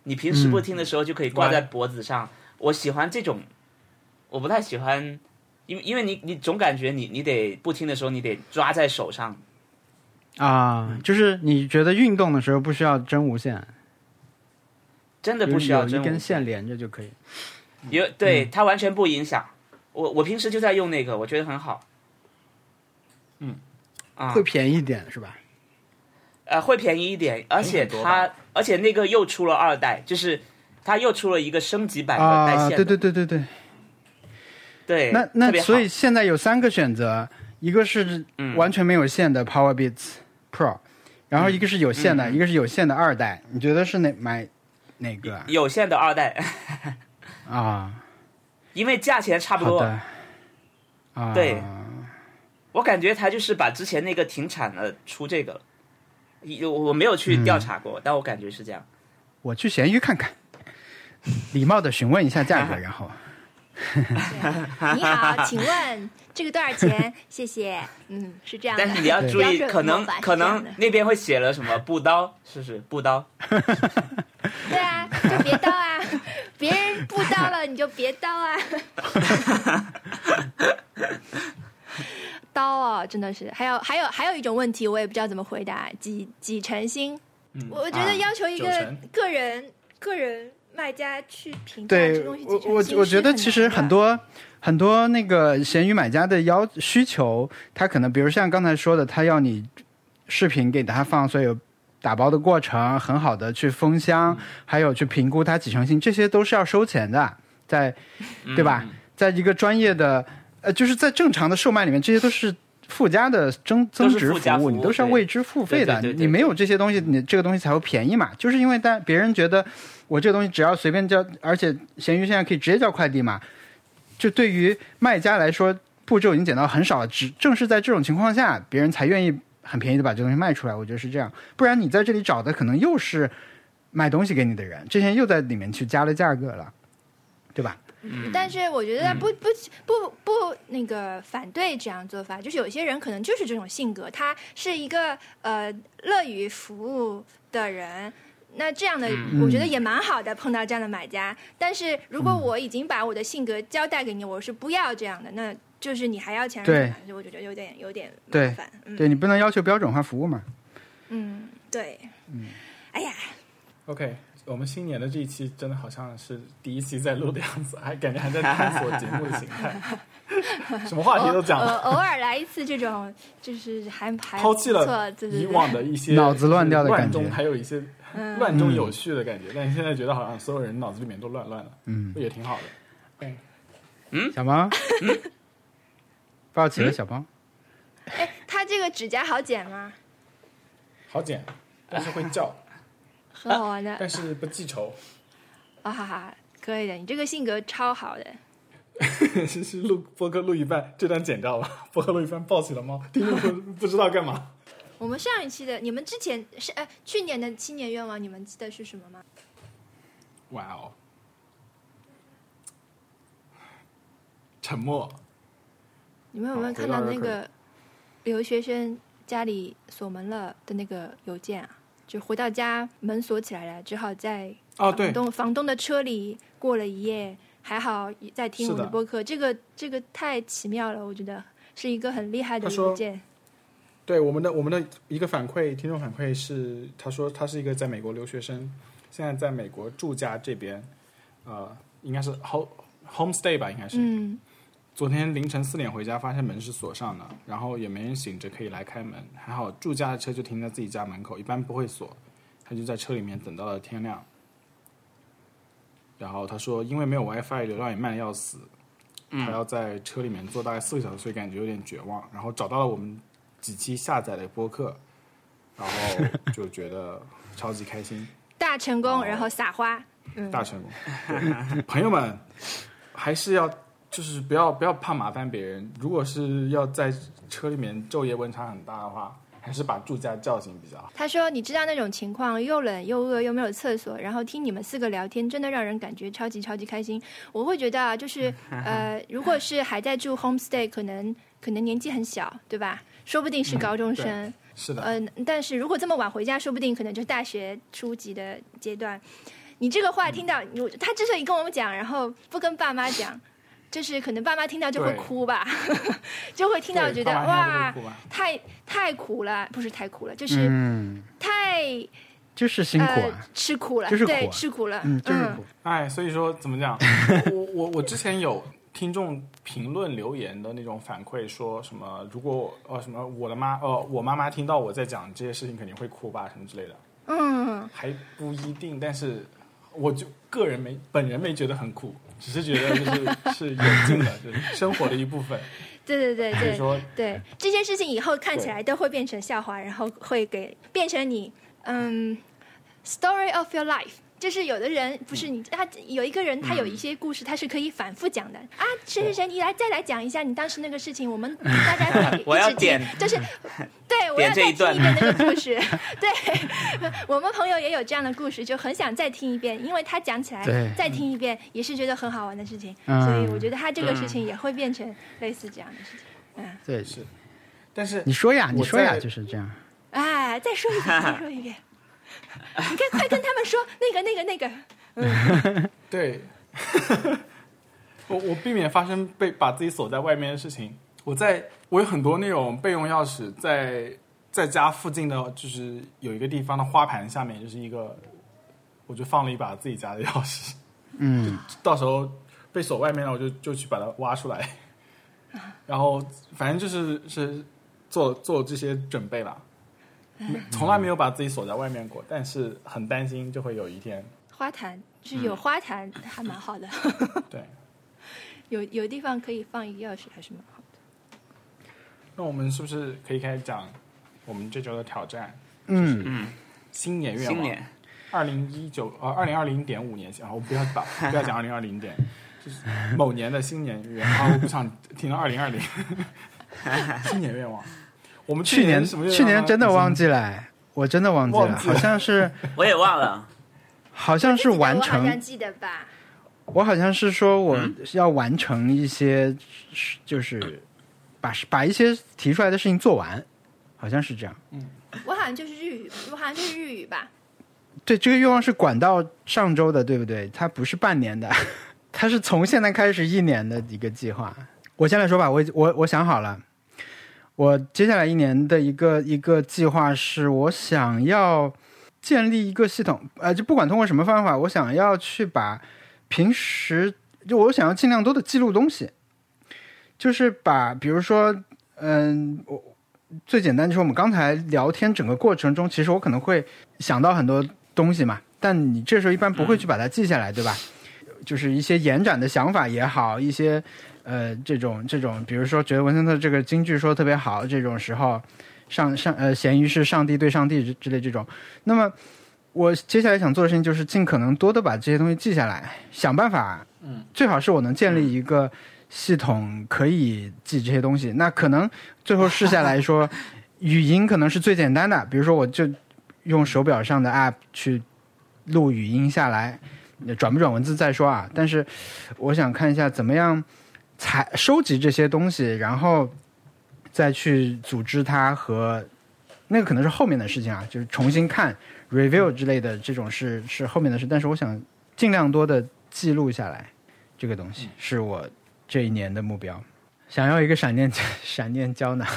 B: 你平时
C: 嗯
B: 不听的时候就可以挂
A: 哇
B: 在脖子上。我喜欢这种，我不太喜欢，因为因为你你总感觉你你得不听的时候你得抓在手上，
C: 啊，就是你觉得运动的时候不需要真无线，
B: 真的
C: 有
B: 不需要
C: 有
B: 真
C: 一
B: 无
C: 根
B: 线
C: 线嗯连着就可以。
B: 有对、它完全不影响。我我平时就在用那个，我觉得很好。
A: 嗯，
B: 啊
C: 会，便宜一点是吧？
B: 呃，会便宜一点，而且
A: 很多
B: 它，而且那个又出了二代，就是它又出了一个升级版的带
C: 啊，
B: 线的、
C: 对对对对对，
B: 对
C: 那
B: 特
C: 那
B: 别好
C: 所以现在有三个选择，一个是
B: 嗯
C: 完全没有线的 Power Beats Pro，然后一个是有线的，
B: 嗯
C: 一个是有线的二代，你觉得是哪买哪个啊
B: 有线的二代，
C: 啊？
B: 因为价钱差不
C: 好
B: 多，
C: 的，啊，
B: 对我感觉它就是把之前那个停产了出这个了。一我我没有
C: 嗯
B: 去调查过，但我感觉是这样。
C: 我去闲鱼看看，礼貌的询问一下价格，然后
D: 你 好，请问这个多少钱？谢谢。嗯，是这样的。
B: 但是你要
C: 对
B: 注
D: 标
B: 意，
D: 准
B: 可能
D: 模板是
B: 可
D: 这样
B: 能
D: 的
B: 那边会写了什么布刀，是不是布刀？
D: 对啊，就别刀啊， 别人不刀了你就别刀啊。刀啊，真的是，还有还有还有一种问题，我也不知道怎么回答，几几成新？
A: 嗯
D: 我我觉得
B: 啊
D: 要求一
A: 九
D: 个
A: 成
D: 个人、个人卖家去评价啊 这
C: 对
D: 东西
C: 我
D: 几成
C: 我
D: 新
C: 我
D: 是
C: 觉得
D: 很
C: 其实
D: 难的
C: 很多很多那个闲鱼买家的要需求，他可能比如像刚才说的，他要你视频给他放，所以有打包的过程，很好的去封箱，还有去评估它几成新，这些都是要收钱的，在
B: 嗯
C: 对吧？在一个专业的呃，就是在正常的售卖里面，这些都是。附加的增增
B: 都是
C: 值
B: 附加
C: 服
B: 服
C: 务，
B: 务
C: 你都是要
B: 对
C: 为之付费的。
B: 对对对对
C: 你没有这些东西，你这个东西才会便宜嘛。就是因为但别人觉得我这个东西只要随便叫，而且闲鱼现在可以直接叫快递嘛，就对于卖家来说，步骤已经减到很少了。只正是在这种情况下，别人才愿意很便宜的把这东西卖出来。我觉得是这样，不然你在这里找的可能又是卖东西给你的人，这些人又在里面去加了价格了，对吧？
A: 嗯
D: 但是我觉得不不不不那个反对这样做法，就是有些人可能就是这种性格，他是一个呃乐于服务的人。那这样的，
A: 嗯
D: 我觉得
C: 嗯
D: 也蛮好的，碰到这样的买家。但是如果我已经把我的性格交代给你，我是不要这样的，那就是你还要强人所难，所以我就觉得有点有点麻
C: 对
D: 烦。嗯
C: 对你不能要求标准化服务嘛。
D: 嗯，对，哎呀，
A: OK，我们新年的这一期真的好像是第一期在录的样子，还感觉还在探索节目的形 态，什么话题都讲
D: 偶
A: 了，
D: 偶尔来一次这种，就是还还
A: 抛弃
D: 不错
A: 了
D: 对对对
A: 以往的一些
C: 脑子乱掉的感觉
A: 乱中还有一些
D: 嗯
A: 乱中有序的感觉，但是现在觉得好像所有人脑子里面都乱乱的，嗯，也挺好的。
D: 嗯
C: 小猫，抱起
B: 嗯
C: 了小猫。
D: 哎，他这个指甲好剪吗？
A: 好 剪，但是会叫，
D: 很好玩的。
A: 但是不记 仇，
D: 啊哈哈，可以的，你这个性格超好的。
A: 是是录播客录一半，这段剪掉了， 播客录一半抱起了猫，听众不不知道干嘛。
D: 我们上一期的，你们之前是哎，去年的新年愿望，你们记得是什么吗？
A: 哇哦，沉默。
D: 你们有没
A: 哦好
D: 有
A: 回
D: 看
A: 到
D: 到
A: 这
D: 那
A: 儿
D: 个留学生家里锁门了的那个邮件啊？就回到家门锁起来了，只好在
A: 哦，
D: 房
A: 对，
D: 东、房东的车里过了一夜，还好在听
A: 是
D: 我的
A: 的
D: 播客。这个这个太奇妙了，我觉得是一个很厉害的
A: 他说
D: 邮件。
A: 对我们的我们的一个反馈，听众反馈是，他说他是一个在美国留学生，现在在美国住家这边，呃，应该是 home homestay 吧，应该是。
D: 嗯，
A: 昨天凌晨四点回家，发现门是锁上的，然后也没人醒着可以来开门。还好住家的车就停在自己家门口，一般不会锁。他就在车里面等到了天亮。然后他说，因为没有 WiFi，流量也慢的要死，他要在车里面坐大概四个小时，所以感觉有点绝望。然后找到了我们几期下载的播客，然后就觉得超级开心。
D: 大成
A: 哦
D: 功，然后撒花。 嗯，
A: 大成功。对朋友们，还是要就是不要不要怕麻烦别人。如果是要在车里面昼夜温差很大的话，还是把住家叫醒比较好。
D: 他说：“你知道那种情况，又冷又饿又没有厕所，然后听你们四个聊天，真的让人感觉超级超级开心。我会觉得啊，就是 呃，如果是还在住 homestay，可能可能年纪很小，对吧？说不定是高中生，
A: 是的，
D: 嗯、但是如果这么晚回家，说不定可能就是大学初级的阶段。你这个话听到，你他之所以跟我们讲，然后不跟爸妈讲，就是可能爸妈听到就会
A: 对
D: 哭吧， 就会听到
A: 对
D: 觉得
A: 爸妈听
D: 哇
A: 到就会哭吧，啊
D: 太太苦了，不是太苦了，就是。”
C: 嗯，
D: 太
C: 就是辛苦啊
D: 呃，、吃苦了，
C: 就是苦啊
D: 对，吃苦了，
C: 嗯，就是苦，
A: 哎，所以说怎么 讲？我我我之前有听众评论留言的那种反馈，说什么如果呃什么我的妈呃我妈妈听到我在讲这些事情肯定会哭吧什么之类的，
D: 嗯，
A: 还不一定，但是我就个人没本人没觉得很苦，只是觉得就是 是有劲的，就是生活的一部分。
D: 对对
A: 所以
D: 对对
A: 说，
B: 嗯
D: 对，这些事情以后看起来都会变成笑话，然后会给变成你嗯，story of your life。就是有的人不是你，他有一个人，他有一些故事，他是可以反复讲的啊。谁谁谁，你来再来讲一下你当时那个事情，我们大家可以
B: 我要
D: 一起听
B: 点
D: 就是 对，我要
B: 点这
D: 再
B: 一段
D: 听一遍那个故事。 对，我们朋友也有这样的故事，就很想再听一遍，因为他讲起来
C: 对
D: 再听一遍也是觉得很好玩的事情，
C: 嗯
D: 所以我觉得他这个事情也会变成类似这样的事情。
C: 对，
A: 但是
C: 你说呀，
A: 我
C: 你说呀，
A: 在
C: 就是这样。
D: 哎，再说一遍，再说一遍，你该快跟他们说那个那个那个，
A: 对， 我我避免发生被把自己锁在外面的事情。我在我有很多那种备用钥匙在在家附近的，就是有一个地方的花盘下面，就是一个，我就放了一把自己家的钥匙，
C: 嗯，
A: 到时候被锁外面了，我就就去把它挖出来。然后反正就是是做做这些准备吧，没从来没有把自己锁在外面过，但是很担心就会有一天
D: 花坛就是有花坛还蛮好的，
A: 对。
D: 有有地方可以放一个钥匙还是蛮好的。
A: 那我们是不是可以开始讲我们这周的挑战？
C: 嗯，
A: 新年愿望，
B: 新年
A: 二零一九呃二零二零点五年，然后不要 把不要讲二零二零点，就是某年的新年愿望。啊我不想听到二零二 零新年愿望。我们
C: 去
A: 年
C: 年
A: 是什么愿望呢？啊
C: 去年真的忘
A: 已经
C: 记了，哎我真的忘记
A: 忘
C: 了，
A: 记了
C: 好像 是
B: 我也忘了，
C: 好像是完
D: 哎我好
C: 成
D: 像记得吧？
C: 我好像是说我
A: 嗯
C: 要完成一些，就是把把一些提出来的事情做完，好像是这样。
D: 我好像就是日语，我好像就是日语吧？
C: 对，这个愿望是管到上周的，对不对？它不是半年的，它是从现在开始一年的一个计划。我先来说吧，我我我想好了，我接下来一年的一个一个计划是我想要建立一个系统，呃，就不管通过什么方法，我想要去把平时就我想要尽量多的记录东西，就是把比如说，嗯、我最简单就是我们刚才聊天整个过程中，其实我可能会想到很多东西嘛，但你这时候一般不会去把它记下来，对吧？就是一些延展的想法也好，一些呃这种这种，比如说觉得文森特这个京剧说得特别好，这种时候上上呃咸鱼是上帝对上帝之之类这种，那么我接下来想做的事情就是尽可能多的把这些东西记下来，想办法，嗯，最好是我能建立一个系统可以记这些东西。那可能最后试下来说，语音可能是最简单的，比如说我就用手表上的 app 去录语音下来，转不转文字再说啊。但是我想看一下怎么样采收集这些东西，然后再去组织它和那个可能是后面的事情啊，就是重新看 review 之类的这种是是后面的事。但是我想尽量多的记录下来这个东西，是我这一年的目标。想要一个闪电 闪电胶囊，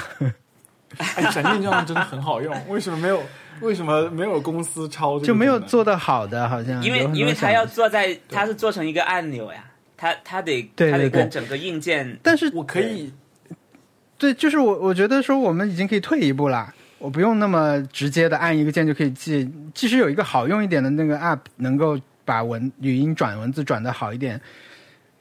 A: 哎，闪电胶囊真的很好用，为什么没有？为什么没有公司抄这个？
C: 就没有。做的好的，好 像
B: 因为
C: 有很多
B: 因为它
C: 闪
B: 要做在，它是做成一个按钮呀，它它得
C: 对
B: 它得
C: 对对
B: 跟整个硬件
C: 但是
A: 我可以，
C: 对，就是我我觉得说我们已经可以退一步啦，我不用那么直接的按一个键就可以记，即使有一个好用一点的那个 app 能够把文语音转文字转的好一点，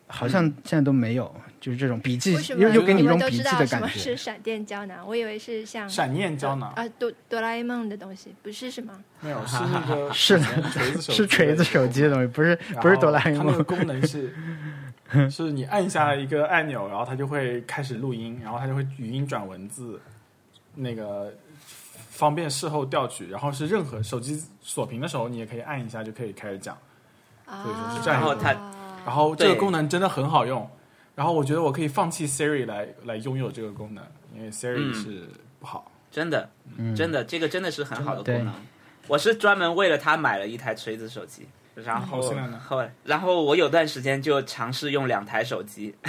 C: 好像
A: 嗯
C: 现在都没有，就是这种笔记
D: 为什么
C: 又又给
D: 你
C: 你一种
D: 们都
C: 笔
D: 知
C: 记
D: 道
C: 的
D: 什
C: 感
D: 么
C: 觉
D: 是。闪电胶囊？我以为是像
A: 闪念胶囊
D: 啊哆哆啦 A 梦的东西，不是是吗？
A: 没有，是那个
C: 是的
A: 锤 子手机
C: 是锤子手机的东西，不是
A: 然后
C: 不是哆啦 A
A: 它那个
C: 梦。
A: 功能是，是你按下一个按钮，然后它就会开始录音，然后它就会语音转文字，那个方便事后调取。然后是任何手机锁屏的时候，你也可以按一下就可以开始讲。
D: 啊，哦
A: 所以说是这样一个
B: 然后它
A: 然后这个
B: 对
A: 功能真的很好用。然后我觉得我可以放弃 Siri 来来拥有这个功能，因为 Siri
B: 嗯
A: 是不好。
B: 真的真的这个真的是很好的
C: 真的
B: 功能。我是专门为了它买了一台锤子手机，然后
A: 好现在呢
B: 后来然后我有段时间就尝试用两台手机。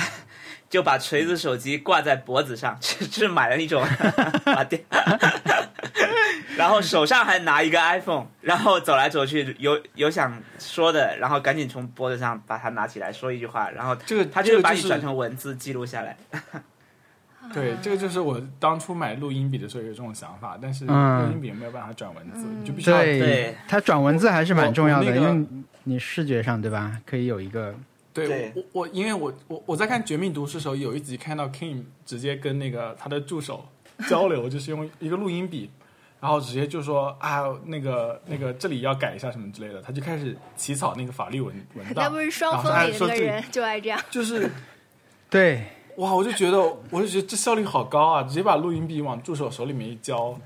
B: 就把锤子手机挂在脖子上， 只是买了一种 把电， 然后手上还拿一个 iPhone，然后走来走去，有有想说的，然后赶紧从脖子上把它拿起来说一句话，然后
A: 这个
B: 它
A: 这
B: 就
A: 个
B: 把你
A: 是
B: 转成文字记录下来。
A: 对，这个就是我当初买录音笔的时候有这种想法，但是
C: 嗯
A: 录音笔没有办法转文字，
D: 嗯
A: 你就必须要
C: 对
B: 对，
C: 它转文字还是蛮重要
A: 我
C: 的，
A: 我那个
C: 因为你视觉上对吧，可以有一个
A: 对
B: 对
A: 我我我因为我我我在看《绝命毒师》的时候，有一集看到 Kim 直接跟那个他的助 手交流，就是用一个录音笔，然后直接就说啊，那个那个这里要改一下什么之类的，他就开始起草那个法律文文
D: 那
A: 档
D: 不，是双峰
A: 然后他
D: 里那
A: 说
D: 个
A: 这
D: 人就爱这样，
A: 就是
C: 对
A: 哇，我就觉得我就觉得这效率好高啊，直接把录音笔往助手手里面一 交，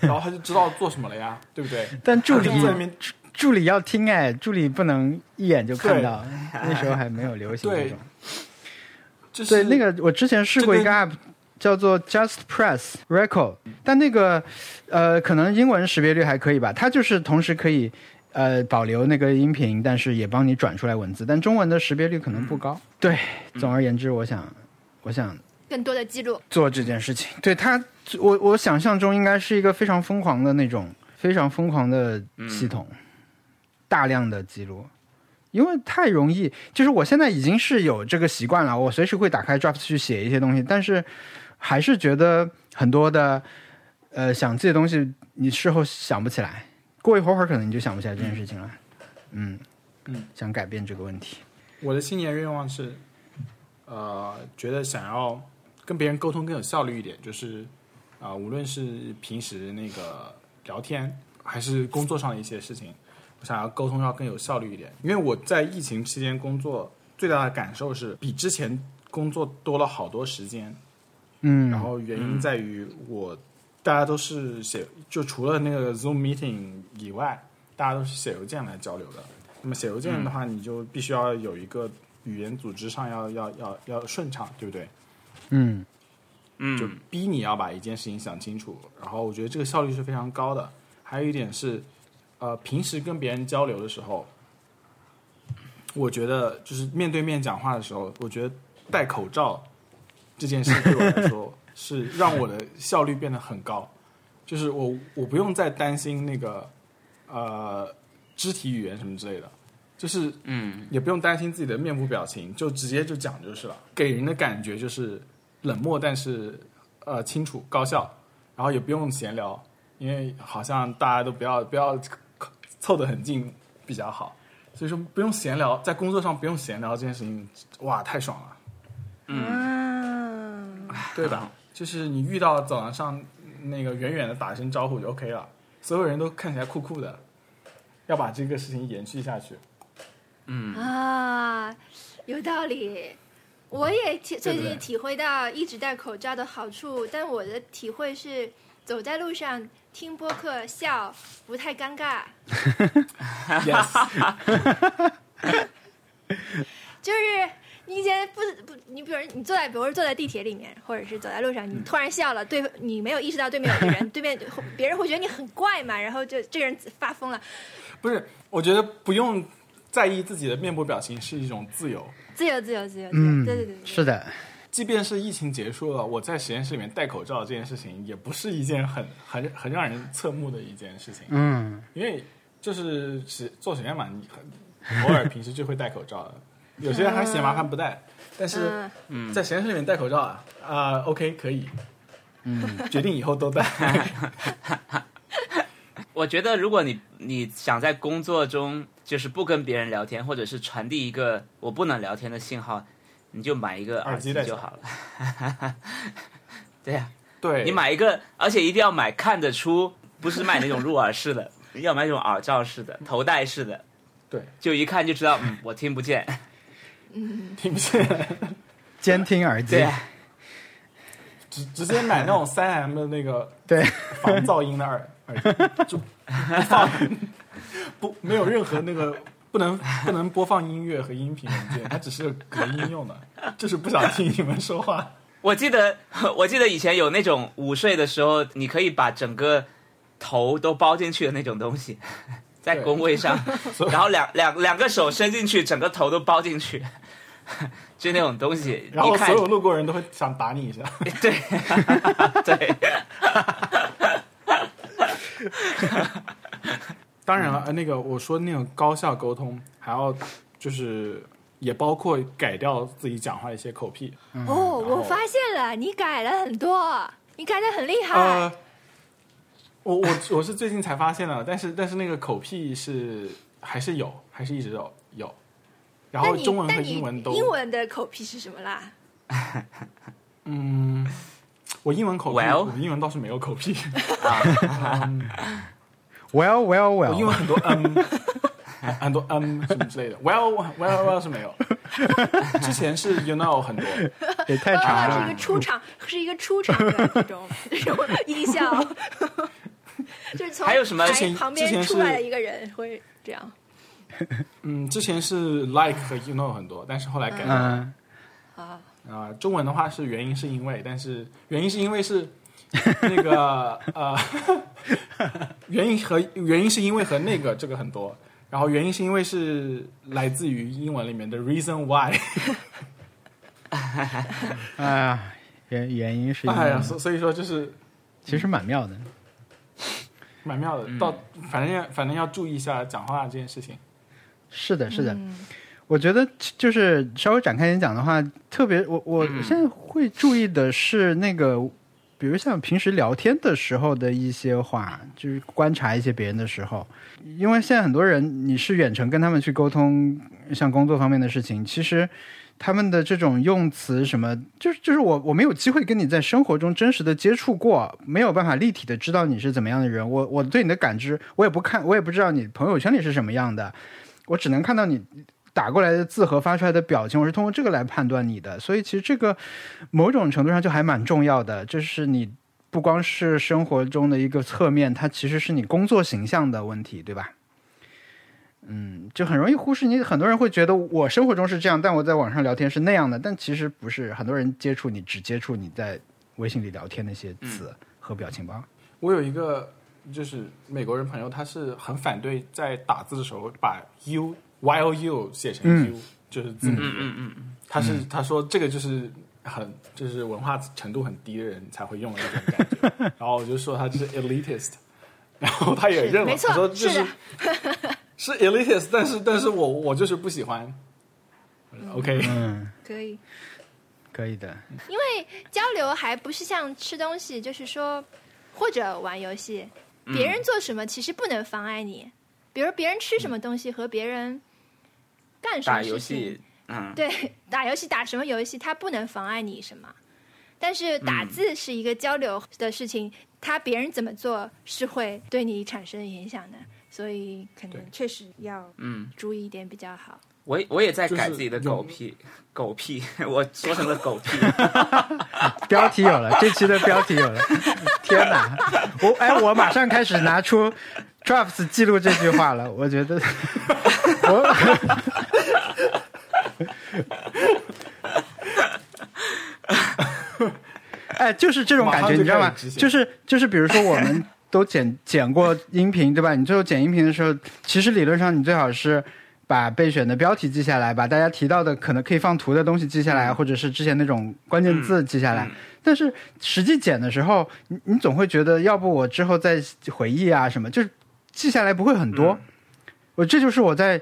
A: 然后他就知道做什么了呀，对不对？
C: 但助
A: 他
C: 理
A: 就在那边
C: 助理要听哎，助理不能一眼就看
A: 对
C: 到，那时候还没有流行这
A: 对
C: 种。
A: 就是
C: 对，那个我之前试过一个 app，叫做 Just Press Record，但那个呃，可能英文识别率还可以吧，它就是同时可以呃保留那个音频，但是也帮你转出来文字，但中文的识别率可能
A: 嗯
C: 不高。对，总而言之，我想我想
D: 更多的记录。
C: 做这件事情。对他，我我想象中应该是一个非常疯狂的那种，非常疯狂的系统，大量的记录，因为太容易。就是我现在已经是有这个习惯了，我随时会打开 Draft 去写一些东西，但是还是觉得很多的呃想记的东西，你事后想不起来，过一会儿可能你就想不起来这件事情了。嗯
A: 嗯，
C: 想改变这个问题。
A: 我的新年愿望是，呃，觉得想要跟别人沟通更有效率一点，就是啊、呃无论是平时那个聊天，还是工作上的一些事情，我想要沟通要更有效率一点。因为我在疫情期间工作，最大的感受是比之前工作多了好多时间。
C: 嗯，
A: 然后原因在于我大家都是写，就除了那个 Zoom meeting 以外，大家都是写邮件来交流的。那么写邮件的
C: 嗯
A: 话，你就必须要有一个语言组织上要要要要顺畅，对不对？
C: 嗯
A: 就
B: 嗯，
A: 逼你要把一件事情想清楚。然后我觉得这个效率是非常高的。还有一点是，呃，平时跟别人交流的时候，我觉得就是面对面讲话的时候，我觉得戴口罩这件事对我来说是让我的效率变得很高，就是我我不用再担心那个呃肢体语言什么之类的，就是
B: 嗯，
A: 也不用担心自己的面部表情，就直接就讲就是了。给人的感觉就是冷漠，但是呃清楚高效，然后也不用闲聊，因为好像大家都不要不要凑得很近比较好。所以说不用闲聊，在工作上不用闲聊这件事情，哇，太爽了，
D: 嗯，
A: 对吧？就是你遇到走廊上那个远远的打一声招呼就 OK 了，所有人都看起来酷酷的，要把这个事情延续下 去。
D: 啊，有道理。我也体
A: 对
D: 最
A: 不对
D: 近体会到一直戴口罩的好处，但我的体会是走在路上听播客笑不太尴尬。
A: Yes，
D: 就是你以前不不，你比如你坐在，比如说坐在地铁里面，或者是走在路上，你突然笑了，对你没有意识到对面有个人，对面别人会觉得你很怪嘛，然后就这个人发疯了，
A: 不是，我觉得不用在意自己的面部表情是一种自由。
D: 自由自由自由，自由
C: 嗯，
D: 对对对，对
C: 是的，
A: 即便是疫情结束了，我在实验室里面戴口罩这件事情，也不是一件很很很让人侧目的一件事情，
C: 嗯，
A: 因为就是实做实验嘛，你很偶尔平时就会戴口罩的，有些人还嫌麻烦不戴，但是
D: 嗯，
A: 在实验室里面戴口罩啊，啊、o k 可 以，嗯，决定以后都戴，
B: 我觉得，如果你你想在工作中就是不跟别人聊天，或者是传递一个我不能聊天的信号，你就买一个
A: 耳机
B: 机
A: 戴
B: 就
A: 上
B: 好了。 对呀、 啊
A: 对，
B: 你买一个，而且一定要买看得出，不是买那种入耳式 的，要买那种耳罩式的、头戴式的，
A: 对，
B: 就一看就知道，嗯，我听不 见。
A: 听不见，
C: 监听耳机
B: 对， 啊
A: 直直接买那种三 M 的那个
C: 对，
A: 防噪音的 耳耳机，就不放 不没有任何那个不能不能播放音乐和音频文件，它只是隔音用 的，就是不想听你们说话。
B: 我记得， 我记得以前有那种午睡的时候，你可以把整个头都包进去的那种东西， 在
A: 对
B: 工 位上，然后两两两个手伸进去，整个头都包进去， 就那种东西。
A: 然后
B: 一看
A: 所有路过人都会想打你一下，
B: 对对，
A: 当然了，呃，那个我说那种高效沟通，还要就是也包括改掉自己讲话的一些口癖，
D: 哦，
A: 然后
D: 我发现了，你改了很多，你改的很厉害
A: 呃，，我我我是最近才发现的，但是但是那个口癖是还是有，还是一直有有。然
D: 那
A: 后
D: 你
A: 中文
D: 那
A: 和
D: 你
A: 英文都，
D: 英文的口癖是什么啦？
A: 嗯，我英文口癖
B: Well？
A: 我英文倒是没有口癖，
C: ，well well
A: 我英文
C: well，
A: 很多嗯，很多嗯什么之类的，well well well 是没有，之前是 you know 很多，
C: 也太
D: 刚
C: 长了
D: 刚哦是一个，出场，是一个出场的这 种这种音效， 就是从
B: 还有什么
D: 台
B: 之
A: 前
D: 旁
A: 之前
D: 边
A: 是
D: 出来的一个人会这样
A: 嗯，之前是 like 和 you know 很多，但是后来改了。
C: 嗯，
D: 啊？
A: 啊、中文的话是原因是因为，但是原因是因为是那个呃， 原因和原因是因为和那个这个很多，然后原因是因为是来自于英文里面的 reason why，
C: 哎呀，原原因是因
A: 哎呀，
C: 为，
A: 所所以说就是
C: 其实蛮妙的，
A: 蛮妙的，到反正要反正要注意一下讲话这件事情，
C: 是的，是的，
D: 嗯
C: 我觉得就是稍微展开一点讲的话，特别我我现在会注意的是那个，比如像平时聊天的时候的一些话，就是观察一些别人的时候，因为现在很多人你是远程跟他们去沟通，像工作方面的事情，其实他们的这种用词什么，就是就是我我没有机会跟你在生活中真实的接触过，没有办法立体的知道你是怎么样的人，我我对你的感知，我也不看，我也不知道你朋友圈里是什么样的，我只能看到你。打过来的字和发出来的表情，我是通过这个来判断你的，所以其实这个某种程度上就还蛮重要的，这是你不光是生活中的一个侧面，它其实是你工作形象的问题，对吧？嗯，就很容易忽视你。很多人会觉得我生活中是这样，但我在网上聊天是那样的，但其实不是。很多人接触你只接触你在微信里聊天那些字和表情包。
A: 我有一个就是美国人朋友，他是很反对在打字的时候把 u y o u 写成 u，、就是字母。嗯嗯嗯。他是他说这个就是很就是文化程度很低的人才会用的一种感觉。然后我就说他就是 elitist，然 后他也
D: 是
A: 认了，
D: 没错
A: 他说就是
D: 的
A: 是 elitist，但是但是我我就是不喜欢。OK，
C: 嗯，
D: 可以。
C: 可以的。
D: 因为交流还不是像吃东西，就是说或者玩游戏，别人做什么其实不能妨碍你，比如别人吃什么东西和别人干什
B: 打
D: 么
B: 游
D: 事情，
B: 戏，嗯，
D: 对，打游戏打什么游戏，它不能妨碍你什么。但是
C: 嗯
D: 打字是一个交流的事情，他别人怎么做是会对你产生影响的，所以可
A: 对
D: 能确实要
B: 嗯
D: 注意一点比较好。
B: 我也我也在改
A: 就是
B: 自己的
A: 有
B: 狗屁，狗屁， 我说成了狗屁。
C: 标题有了，这期的标题有 了。天哪，我哎，我马上开 始拿出 drafts 记录这句话了。我觉得 我哎，就是这种感
A: 马上
C: 觉，
A: 就
C: 你知道
A: 开
C: 吗
A: 始执？行
C: 就是就是，比如说我们都剪剪过音频，对吧？你最后剪音频的时候，其实理论上你最好是把备选的标题记下来，把大家提到的可能可以放图的东西记下来，
A: 嗯
C: 或者是之前那种关键字记下来。但是实际剪的时候，你你总会觉得，要不我之后再回忆啊什么，就是记下来不会很多。我这就是我在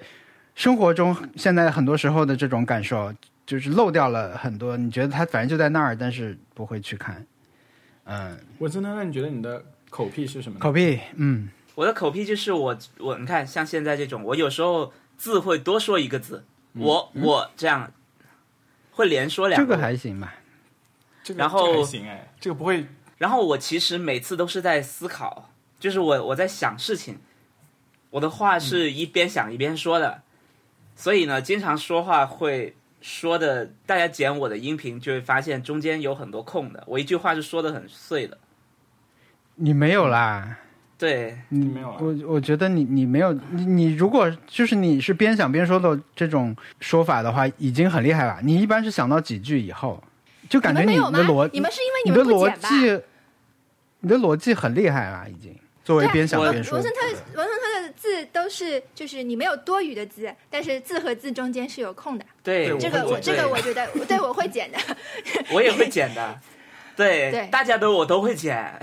C: 生活中现在很多时候的这种感受，就是漏掉了很多。你觉得它反正就在那儿，但是不会去看。嗯，
A: 我真的，那你觉得你的口癖是什么呢？
C: 口癖，嗯，
B: 我的口癖就是我我你看像现在这种，我有时候字会多说一个字，我我这样会连说两
C: 这
B: 个
C: 个
B: 字。
C: 还行吧。
A: 这个
B: 然后
A: 这个还行哎，这个不会
B: 然后我其实每次都是在思考，就是我我在想事情，我的话是一边想一边说的，所以呢，经常说话会说的，大家剪我的音频就会发现中间有很多空的，我一句话是说的很碎的。
C: 你没有啦，
B: 对，
A: 你没有了。
C: 我我觉得你你没有你你如果就是你是边想边说的这种说法的话，已经很厉害了。你一般是想到几句以后，就感觉
D: 你们没
C: 你
D: 有
C: 的逻
D: 吗？你们是因
C: 你的
D: 为们不
C: 逻
D: 剪吧？
C: 辑，你的逻辑很厉害了，已经作为
D: 对啊
C: 边想
B: 我
C: 边说
D: 文。森特，文森特的字都是就是你没有多余的字，但是字和字中间是有空的。
B: 对，
A: 对我
D: 这
A: 会
D: 个我
A: 剪
D: 这个我觉得，我对我会剪的。
B: 我也会剪的。对，
D: 对
B: 大家都我都会剪，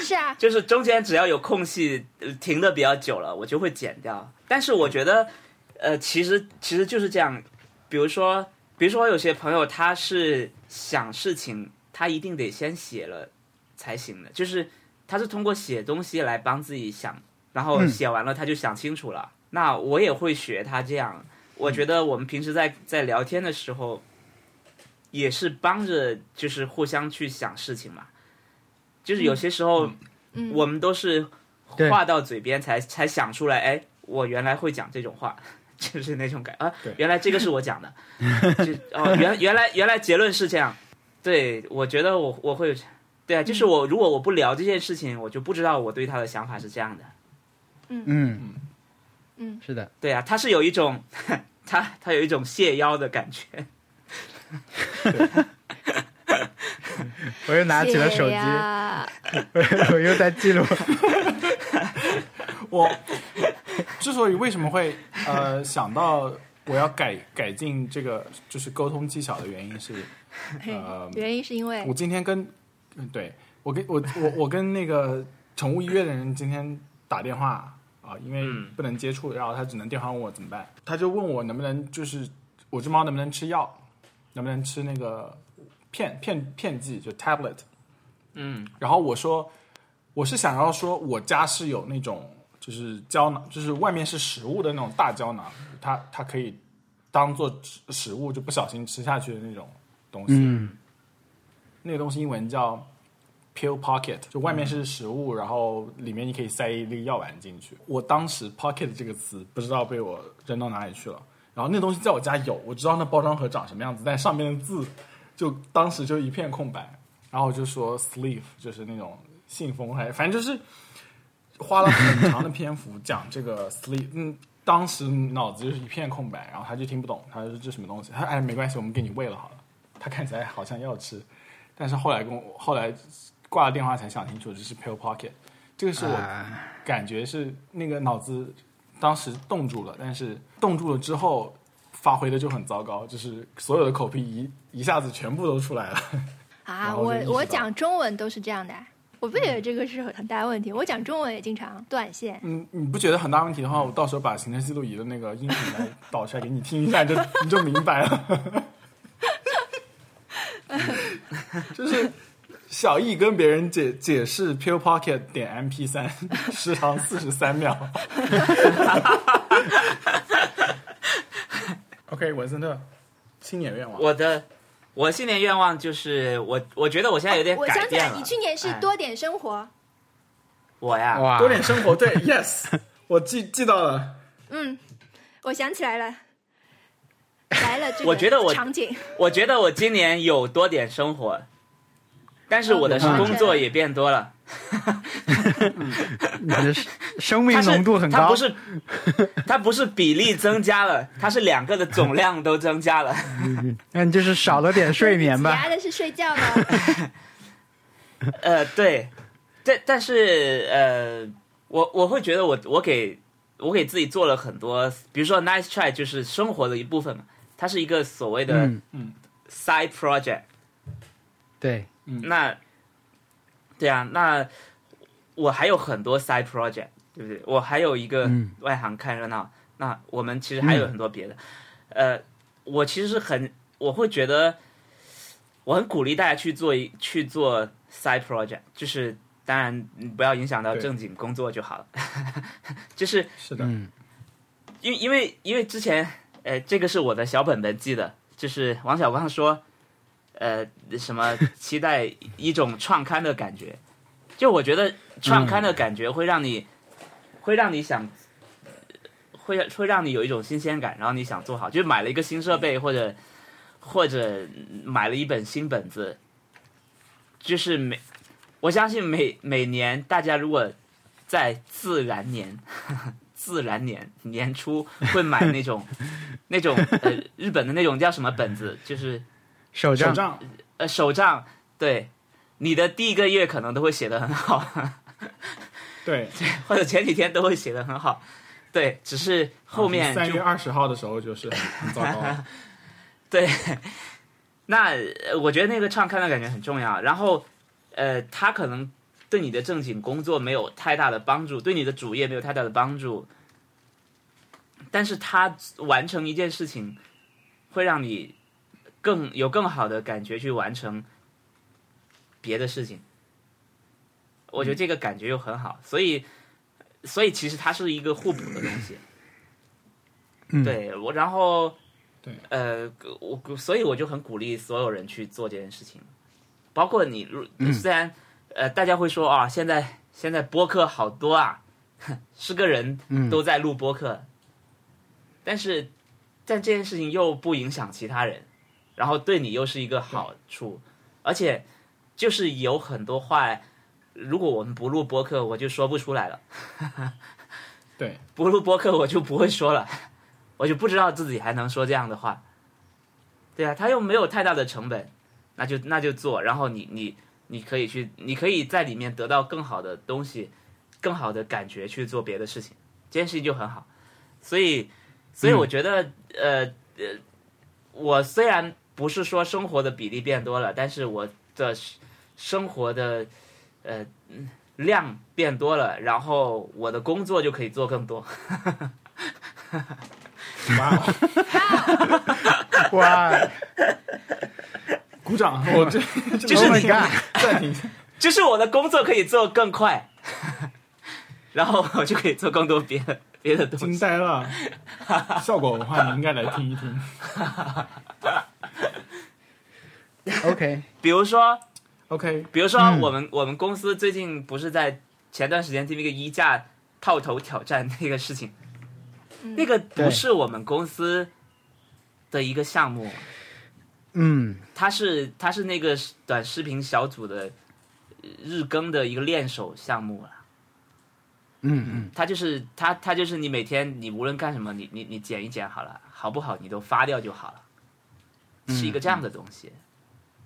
D: 是啊，
B: 就是中间只要有空隙呃停的比较久了，我就会剪掉。但是我觉得，呃，其实其实就是这样。比如说，比如说有些朋友他是想事情，他一定得先写了才行的，就是他是通过写东西来帮自己想，然后
C: 嗯
B: 写完了他就想清楚了。那我也会学他这样。我觉得我们平时在在聊天的时候，也是帮着就是互相去想事情嘛。就是有些时候，
D: 嗯，
B: 我们都是
C: 对
B: 话到嘴边才才想出来，哎，我原来会讲这种话， 就是那种感啊
A: 对，
B: 原来这个是我讲的，就哦，原原来原来结论是这样，对我觉得我我会，对啊，就是我如果我不聊这件事情，我就不知道我对他的想法是这样的，
C: 嗯
D: 嗯，
C: 是的，
B: 对啊，他是有一种 他他有一种卸腰的感觉，
C: 我又拿起了手
D: 谢
C: 机，
D: 呀
C: 我又在记录。
A: 我之所以为什么会呃想到我要改改进这个就是沟通技巧的原因是，
D: 嘿
C: 啊
A: 呃
D: 原因是因为
A: 我今天跟，嗯对我跟我我我跟那个宠物医院的人今天打电话啊，因为
B: 嗯
A: 不能接触，然后他只能电话问我怎么办，他就问我能不能就是我这猫能不能吃药，能不能吃那个片片片剂就 tablet，
B: 嗯，
A: 然后我说我是想要说我家是有那种就是胶囊，就是外面是食物的那种大胶囊，它它可以当做食物就不小心吃下去的那种东西。
C: 嗯
A: 那个东西英文叫 pill pocket，就外面是食物，然后里面你可以塞一粒药丸进去。我当时 pocket 这个词不知道被我扔到哪里去了，然后那东西在我家有，我知道那包装盒长什么样子，但上面的字就当时就一片空白。然后我就说 sleeve 就是那种信封，还反正就是花了很长的篇幅讲这个 sleep，嗯，当时脑子就是一片空白，然后他就听不懂，他说这什么东西，他说哎没关系，我们给你喂了好了。他看起来好像要吃，但是后来跟我后来挂了电话才想清楚，这是 pill pocket，这个是我
C: 啊，
A: 感觉是那个脑子当时冻住了，但是冻住了之后发挥的就很糟糕，就是所有的口癖一一下子全部都出来了。然
D: 啊，
A: 后
D: 我
A: 就意识
D: 我
A: 到
D: 讲中文都是这样的啊，我不觉得这个是很大的问题。我讲中文也经常断线，
A: 嗯，你不觉得很大问题的话，我到时候把行车记录仪的那个音频来导出来给你听一下，你就 你就明白了。 就是小易跟别人解解释 Pill Pocket 点 MP 三，时长四十三秒。OK，文森特，新年愿望，
B: 我的我新年愿望就是我我觉得我现在有点
D: 哦我
B: 嗯改
D: 想起
B: 变
D: 来，
B: 了，
D: 你去年是
B: 哎
D: 多点生活，
B: 我呀，
C: 哇，
A: 多点生活， 对，Yes，我记记到了。
D: 嗯，我想起来了，来了这个
B: 我觉得我
D: 场景，
B: 我觉得我今年有多点生活，但是我的是
D: 嗯
B: 工作也变多了，
C: 你的生生命
B: 它是
C: 浓度很
B: 它
C: 高
B: 不，是它不是比例增加了，它是两个的总量都增加 了。
C: 那你就是少了点睡眠
D: 挤
C: 吧
D: 压？的是睡觉吗？
B: 呃，对，但但是呃，我我会觉得我我给我给自己做了很多，比如说 nice try 就是生活的一部分嘛，它是一个所谓的
C: 嗯，
B: side project，、
C: 对，
B: 那，对啊，那我还有很多 side project，对不对？我还有一个
C: 嗯
B: 外行看热闹，那我们其实还有很多别的。呃，我其实是很，我会觉得，我很鼓励大家去做一去做 side project，就是当然你不要影响到
A: 对
B: 正经工作就好了， 就是
A: 是的，
C: 嗯
B: 因因为因为之前，呃，这个是我的小本本记的，就是王小光说，呃，什么期待一种创刊的感觉，就我觉得创刊的感觉会让你，会让你想，会会让你有一种新鲜感，然后你想做好，就是买了一个新设备或者或者买了一本新本子，就是每我相信每每年大家如果在自然年。自然年年初会买那 种那种呃日本的那种叫什么本子，就是
A: 手
C: 手账，
A: 账
B: 呃手账，对，你的第一个月可能都会写的很好，
A: 对，
B: 或者前几天都会写的很好，对，只是后面
A: 哦三
B: 就
A: 月二十号的时候就是很很糟糕，
B: 对，那呃我觉得那个唱看的感觉很重要。然后，呃，它可能对你的正经工作没有太大的帮助，对你的主业没有太大的帮助，但是它完成一件事情，会让你更有更好的感觉去完成别的事情。我觉得这个感觉又很好，所以，所以其实它是一个互补的东西。
C: 嗯，
B: 对我，然后
A: 对，
B: 呃，我所以我就很鼓励所有人去做这件事情，包括你，如虽然、呃大家会说啊，现在现在播客好多啊， 是个人
C: 嗯
B: 都在录播客，但是但这件事情又不影响其他人，然后对你又是一个好处，而且就是有很多话，如果我们不录播客，我就说不出来了。
A: 对，
B: 不录播客我就不会说了，我就不知道自己还能说这样的话。对啊，他又没有太大的成本，那就那就做，然后你你你可以去，你可以在里面得到更好的东西，更好的感觉去做别的事情，这件事情就很好。所以，所以我觉得，呃呃，我虽然不是说生活的比例变多了，但是我的生活的呃嗯量变多了，然后我的工作就可以做更多。
A: 哇哦，
C: 哇，
A: 鼓掌！我这
B: 就
A: 就是
C: Oh
B: 你
C: my god，
A: 暂停一下，
B: 就是我的工作可以做更快， 然后我就可以做更多别的别的东
A: 惊
B: 西。
A: 呆了。效果文化你应该来听一听。
C: OK，
B: 比如说，
A: OK，
B: 比如说我们、我们公司最近不是在前段时间 TV 个衣架套头挑战那个事情，
D: 嗯
B: 那个
C: 对
B: 不是我们公司的一个项目，
C: 嗯
B: 他是他是那个短视频小组的呃日更的一个练手项目了。
C: 嗯嗯，
B: 他就是他他就是你每天你无论干什么，你你你剪一剪好了，好不好你都发掉就好了，是一个这样的东西。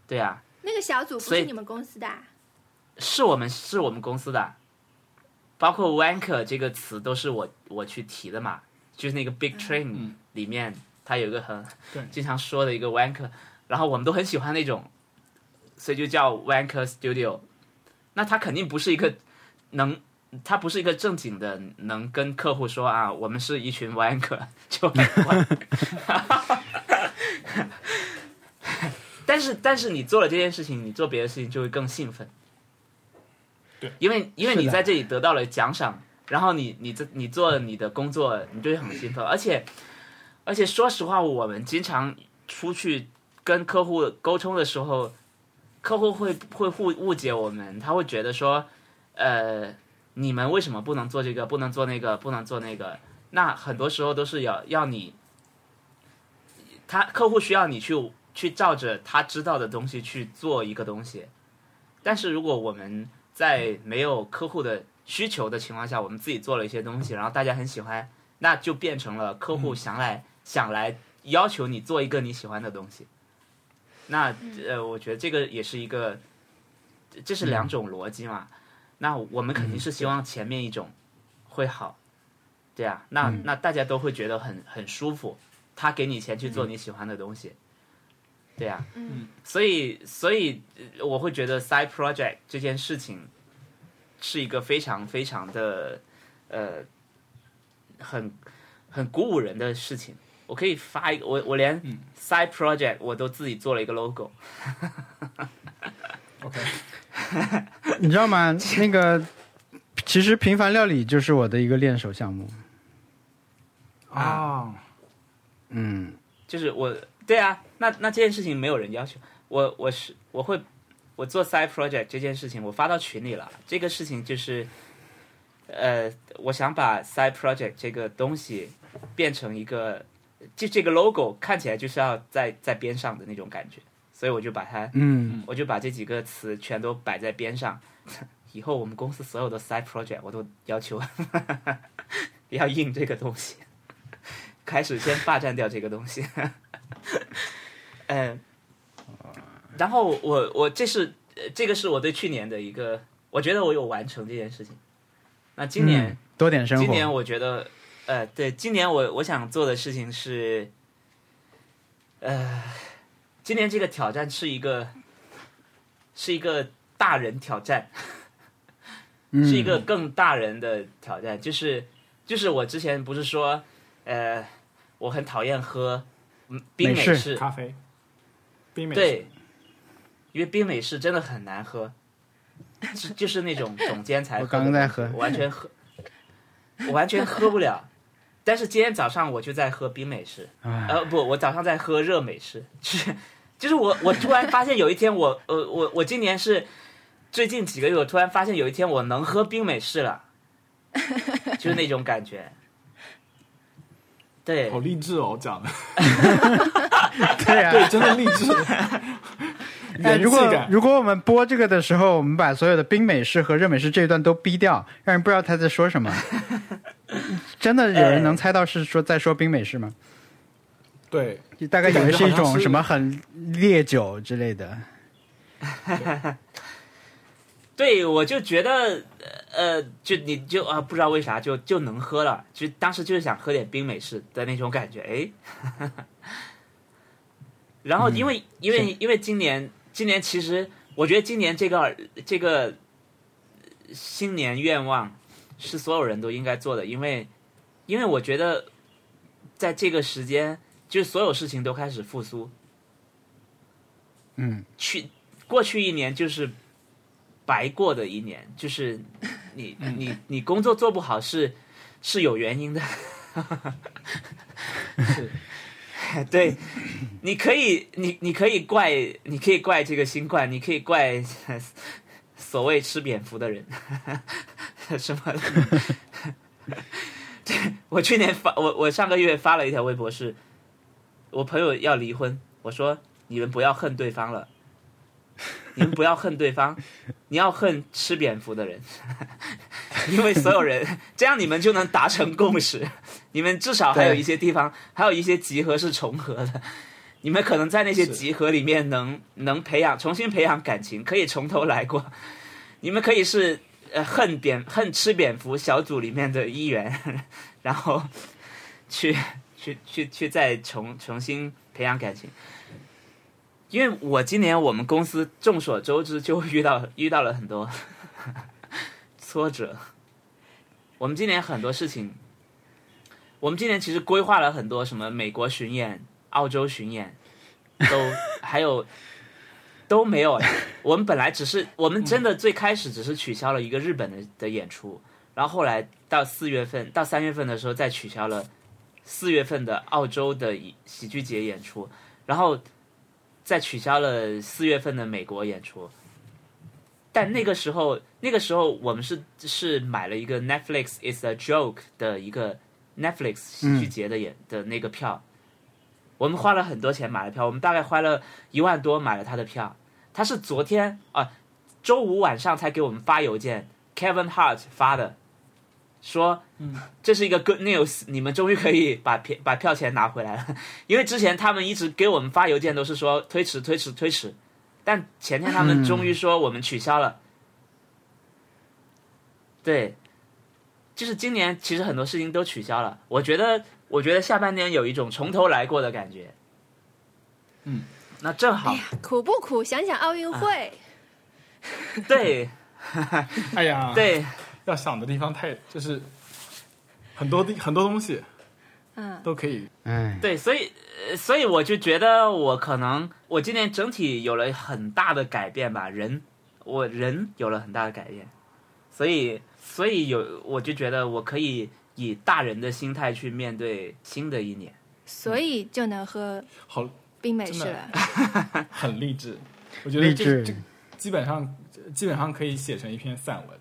B: 对啊，
D: 那个小组不
B: 所以
D: 是你们公司的啊、
B: 是我们是我们公司的，包括 wanker 这个词都是我我去提的嘛，就是那个 Big Train
A: 嗯
B: 里面，它有一个很
A: 对
B: 经常说的一个 wanker，然后我们都很喜欢那种，所以就叫 wanker studio。那它肯定不是一个能，它不是一个正经的能跟客户说啊，我们是一群 wanker 就很怪。 但是但是你做了这件事情，你做别的事情就会更兴奋。
A: 对，
B: 因为因为
C: 是
B: 你
C: 的
B: 在这里得到了奖赏，然后你你这你做你的工作，你就会很兴奋。而且而且说实话，我们经常出去跟客户沟通的时候，客户会会误误解我们，他会觉得说，呃，你们为什么不能做这个，不能做那个，不能做那个？那很多时候都是要要你，他客户需要你去去照着他知道的东西去做一个东西，但是如果我们在没有客户的需求的情况下，我们自己做了一些东西，然后大家很喜欢，那就变成了客户想来、想来要求你做一个你喜欢的东西。那呃，我觉得这个也是一个，这是两种逻辑嘛。那我们肯定是希望前面一种会好，对啊，那那大家都会觉得很很舒服，他给你钱去做你喜欢的东西，对啊，
D: 嗯，
B: 所以所以呃我会觉得 side project 这件事情是一个非常非常的呃很很鼓舞人的事情。我可以发一个，我我连 side project 我都自己做了一个 logo，
A: OK，
C: 嗯你知道吗？ 那个其实平凡料理就是我的一个练手项目。
A: 啊，
C: 嗯，
B: 就是我对啊，那那这件事情没有人要求我，我是我会我做 side project 这件事情，我发到群里了。这个事情就是，呃，我想把 side project 这个东西变成一个，就这个 logo 看起来就是要在在边上的那种感觉，所以我就把它，
C: 嗯，
B: 我就把这几个词全都摆在边上。 以后我们公司所有的 side project 我都要求 要印这个东西，开始先霸占掉这个东西。 嗯，然后我我这是呃这个是我对去年的一个，我觉得我有完成这件事情。那今年、
C: 嗯多点生活。
B: 今年我觉得，呃，对，今年我我想做的事情是，呃，今年这个挑战是一个，是一个大人挑战，是一
C: 嗯
B: 个更大人的挑战，就是就是我之前不是说，呃，我很讨厌喝嗯冰
C: 美
B: 美
C: 式
B: 式，
A: 咖啡，冰美式
B: 对，因为冰美式真的很难 喝，就就是那种总监才喝
C: 我
B: 的
C: 刚刚在
B: 东西
C: 喝
B: 我完全喝，我完全喝不了。但是今天早上我就在喝冰美式，
C: 啊
B: 呃，不，我早上在喝热美式， 就是就是我我突然发现有一天我呃我我今年是最近几个月，我突然发现有一天我能喝冰美式了，就是那种感觉。对，
A: 好励志哦，讲的，
C: 对呀、
A: 对，真的励志。
C: 哎，
A: 元
C: 如
A: 气
C: 果
A: 感，
C: 如果我们播这个的时候，我们把所有的冰美式和热美式这一段都逼掉，让人不知道他在说 什么。真的有人能猜到是说在说冰美式吗？
A: 对，
C: 就大概以为是
A: 就
C: 一
A: 感觉好像
C: 种
A: 是
C: 什么很烈酒之类的。
B: 对，我就觉得，呃，就你就啊，不知道为啥就就能喝了，就当时就是想喝点冰美式的那种感觉，哎。 然后因为、因为因为今年今年其实我觉得今年这个这个新年愿望是所有人都应该做的，因为因为我觉得在这个时间，就是所有事情都开始复苏，
C: 嗯，
B: 去过去一年就是白过的一年，就是你你你工作做不好是是有原因的， 对，你可以你你可以怪你可以怪这个新冠，你可以怪 所谓吃蝙蝠的人 什么 的。对，我去年发我我上个月发了一条微博是，我朋友要离婚，我说你们不要恨对方了，你们不要恨对方，你要恨吃蝙蝠的人， 因为所有人这样你们就能达成共识，你们至少还有
C: 对
B: 一些地方，还有一些集合是重合的，你们可能在那些
A: 是
B: 集合里面能能培养重新培养感情，可以从头来过，你们可以是呃恨蝙恨吃蝙蝠小组里面的一员， 然后去去去去再重重新培养感情。因为我今年我们公司众所周知就遇到遇到了很多 挫折，我们今年很多事情，我们今年其实规划了很多什么美国巡演、澳洲巡演， 都还有都没有。我们本来只是我们真的最开始只是取消了一个日本的的演出，然后后来到四月份到三月份的时候再取消了四月份的澳洲的一喜剧节演出，然后再取消了四月份的美国演出。但那个时候，那个时候我们是是买了一个 Netflix is a joke 的一个 Netflix 喜剧节的演、的那个票，我们花了很多钱买了票，我们大概花了一万多买了他的票。他是昨天啊，周五晚上才给我们发邮件，Kevin Hart 发的，说，这是一个 good news，你们终于可以把票把票钱拿回来了， 因为之前他们一直给我们发邮件都是说推迟推迟推迟，但前天他们终于说我们取消了，对，就是今年其实很多事情都取消了，我觉得我觉得下半年有一种从头来过的感觉，
A: 嗯，
B: 那正好，
D: 哎
E: 苦不苦？想想奥运会，
B: 对
A: 哎呀，，
B: 对。
A: 要想的地方太就是很多地很多东西
B: 啊
D: 嗯，
A: 都可以，
C: 哎，
B: 对，所以呃所以我就觉得我可能我今年整体有了很大的改变吧，人我人有了很大的改变，所以所以有我就觉得我可以以大人的心态去面对新的一年。
E: 所以就能喝
A: 好
E: 冰美式
A: 真的
E: 了。
A: 很励志。我觉得
C: 励
A: 这这
C: 志，
A: 基本上基本上可以写成一篇散文。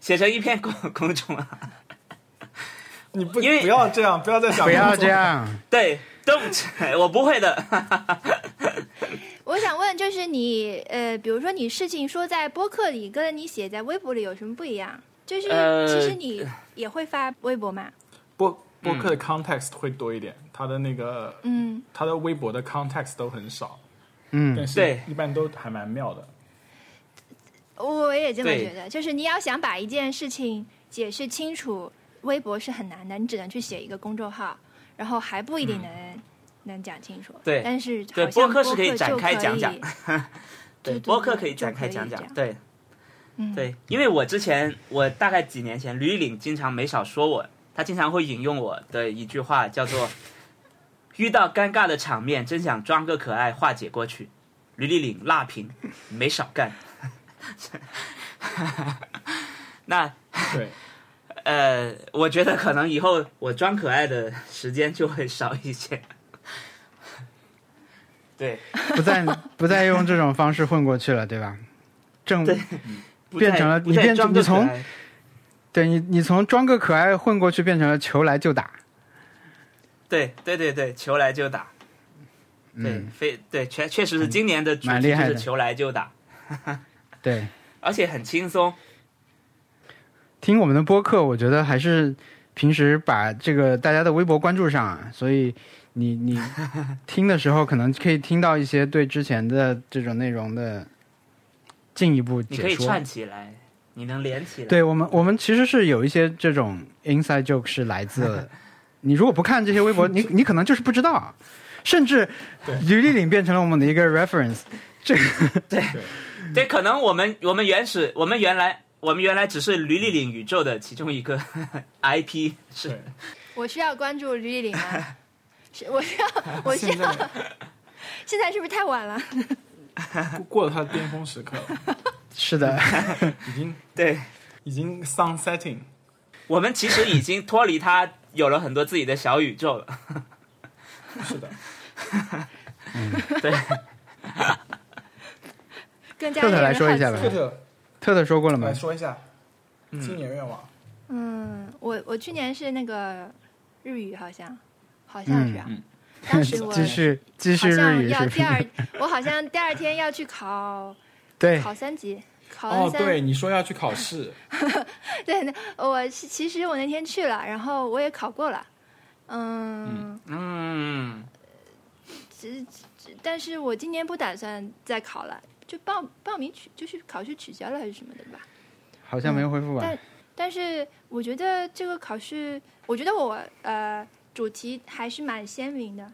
B: 写成一篇公 公众啊，
A: 你不
B: 因为
A: 不要这样，不要再想
C: 不要这
A: 样。
C: 样。
B: 对，don't，我 不会的。
D: 我想问，就是你呃，比如说你事情说在播客里，跟你写在微博里有什么不一样？就是
B: 呃
D: 其实你也会发微博嘛？
A: 播播客的 context 会多一点，它的那个
D: 嗯，
A: 它的微博的 context 都很少，
C: 嗯
A: 但，是
B: 对
A: 一般都还蛮妙 的。
D: 我也这么
B: 对
D: 觉得，就是你要想把一件事情解释清楚，微博是很难的，你只能去写一个公众号，然后还不一定能、能讲清楚。
B: 嗯对
D: 但是
B: 对
D: 好像
B: 播
D: 播
B: 客是可以
D: 以
B: 展开讲讲
D: 对对
B: 播客可以
D: 就
B: 展开
D: 可以
B: 讲讲
D: 这，样
B: 对，
D: 嗯
B: 对，因为我之前我大概几年前，吕岭经常没少说我，他经常会引用我的一句话，叫做“遇到尴尬的场面，真想装个可爱化解过去”。吕丽岭辣评没少干。 那
A: 对，
B: 呃，我觉得可能以后我装可爱的时间就会少一些。对，
C: 不再不再用这种方式混过去了，对吧？正
B: 对不再
C: 变成了
B: 不
C: 你
B: 再
C: 变
B: 装个可
C: 你从
B: 爱。
C: 对你，你从装个可爱混过去变成了求来就打。
B: 对对对对，球来就打。对，
C: 嗯，
B: 非对，确确实是今年的主
C: 蛮
B: 题
C: 厉
B: 就
C: 害
B: 是
C: 的
B: 球来就打，
C: 对，
B: 而且很轻松。
C: 听我们的播客，我觉得还是平时把这个大家的微博关注上啊，所以你你 听的时候，可能可以听到一些对之前的这种内容的进一步
B: 你可
C: 解
B: 以
C: 说
B: 串。起来，你能连起来。
C: 对我们，我们其实是有一些这种 inside joke 是 来自你，如果不看这些微博，你你可能就是不知道，甚至
A: 对
C: 吕丽颖变成了我们的一个 reference。
B: 对，可能我们我们原始我们原来我们原来只是驴丽岭宇宙的其中一个 IP 是
A: 对，
D: 我需要关注吕丽玲 吗？是，我需要，我需
A: 现
D: 要，
A: 在
D: 现在是不是太晚了？
A: 过过了它的巅峰时刻了，
C: 是的，
A: 已经
B: 对，
A: 已经 sunsetting。
B: 我们其实已经脱离它，有了很多自己的小宇宙了。
A: 是的，
B: 对，
D: 更加
C: 特特
D: 令
C: 来
D: 人
C: 说一
D: 好
C: 下
D: 奇
C: 吧
A: 特特
C: 特特说过了吗
A: 来？说一下
B: 嗯
A: 新年愿望。
D: 嗯，我我去年是那个日语，好像好像是啊。
B: 嗯
D: 当时我
C: 继续继续
D: 好
C: 日
D: 像
C: 语
D: 要
C: 是不
D: 第
C: 是？
D: 二，我好像第二天要去考
C: 对，
D: 考三级，考完
A: 哦，
D: 三。
A: 对，你说要去考试，
D: 对那我是其实我那天去了，然后我也考过了。嗯，
B: 嗯，
D: 只只但是我今年不打算再考了，就报报名取就是考试取消了还是什么的吧。
C: 好像没有恢复吧？
D: 但但是我觉得这个考试，我觉得我呃主题还是蛮鲜明的。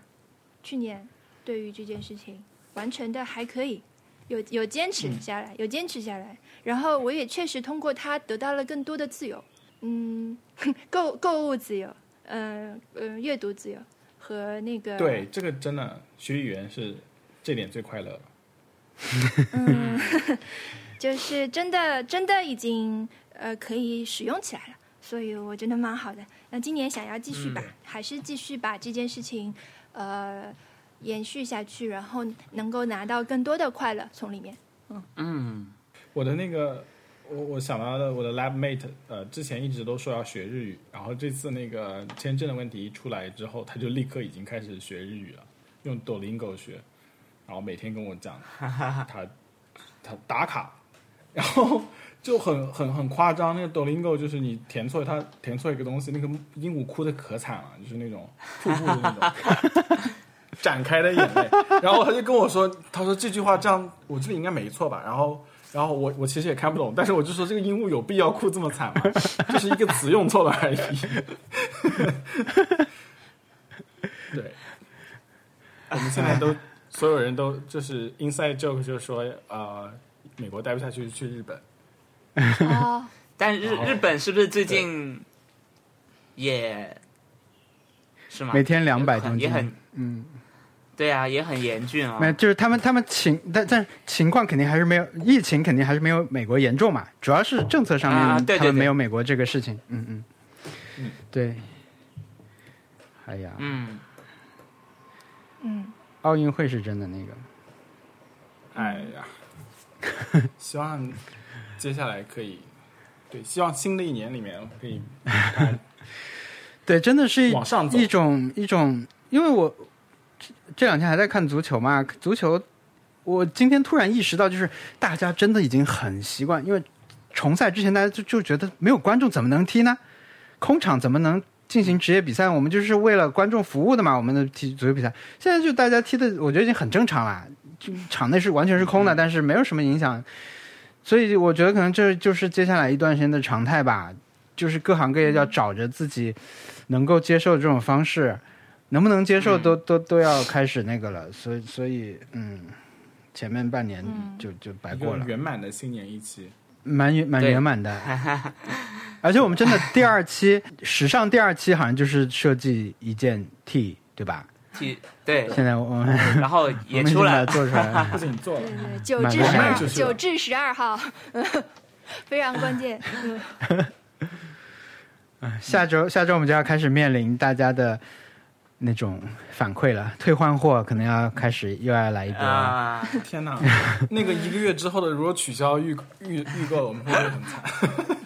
D: 去年对于这件事情完成的还可以，有有坚持下来，有坚持下来。然后我也确实通过它得到了更多的自由，嗯， 购购物自由，嗯、嗯、阅读自由和那个
A: 对，这个真的学语言是这点最快乐了。
D: 嗯，就是真的真的已经呃可以使用起来了，所以我觉得蛮好的。那今年想要继续吧，
C: 嗯
D: 还是继续把这件事情呃延续下去，然后能够拿到更多的快乐从里面。
A: 我的那个，我我想到的，我的 lab mate，呃，之前一直都说要学日语，然后这次那个签证的问题一出来之后，他就立刻已经开始学日语了，用 Duolingo 学，然后每天跟我讲他打打卡，然后就很很很夸张。那个 Dolingo 就是你填错它填错一个东西，那个鹦鹉哭的可惨了，就是那种瀑布的那种展开的眼泪。然后他就跟我说，他说这句话这样我这里应该没错吧？然后。然后我我其实也看不懂，但 是我就说这个鹦鹉有必要哭这么惨吗？ 就是一个词用错了而已。 对，我们现在都所有人都就是 inside joke，就是说呃，美国待不下去去日本。
E: 哦，
B: 但日
A: 哦
B: 日本是不是最近也是吗？
C: 每天两百
B: 也很
C: 公斤
B: 也很
C: 嗯，
B: 对啊，也很严峻啊、
C: 那就是他们他们情，但但情况肯定还是没有疫情肯定还是没有美国严重嘛，主要是政策上面、
B: 啊对对
C: 他们
B: 对
C: 没有美国这个事情，嗯嗯，对，哎呀，
B: 嗯，
D: 嗯，
C: 奥运会是真的那个，
A: 哎呀，希望接下来可以，对，希望新的一年里面可以
C: 对，真的是一
A: 往上走。
C: 一种一种，因为我这这两天还在看足球嘛，足球，我今天突然意识到，就是大家真的已经很习惯，因为重赛之前大家就就觉得没有观众怎么能踢呢？空场怎么能进行职业比赛？我们就是为了观众服务的嘛，我们的踢足球比赛，现在就大家踢的，我觉得已经很正常啦，就场内是完全是空的，
A: 嗯
C: 但是没有什么影响。所以我觉得可能这就是接下来一段时间的常态吧，就是各行各业要找着自己能够接受这种方式，能不能接受都、都都要开始那个了。所以所以嗯，前面半年就、就白
A: 一
C: 过
A: 个
C: 了，
A: 圆满的新年一期，
C: 蛮圆蛮
B: 对
C: 圆满的。而且我们真的第二期 时尚第二期好像就是设计一件 T 对吧？
B: 体对，
C: 现在我们
B: 然后也出来
C: 来
B: 了，
C: 做出来 了。
A: 不仅做了
E: 对，对，九
C: 买
E: 至
C: 过
E: 十
A: 卖
E: 二
A: 出，去了
E: 九至十二 号，非常关 键。嗯，
C: 下周下周我们就要开始面临大家的那种反馈了，退换货可能要开始又要来一波。
B: 啊、
A: 天哪！那个一个月之后的如果取消预预预购，我们会不会很惨？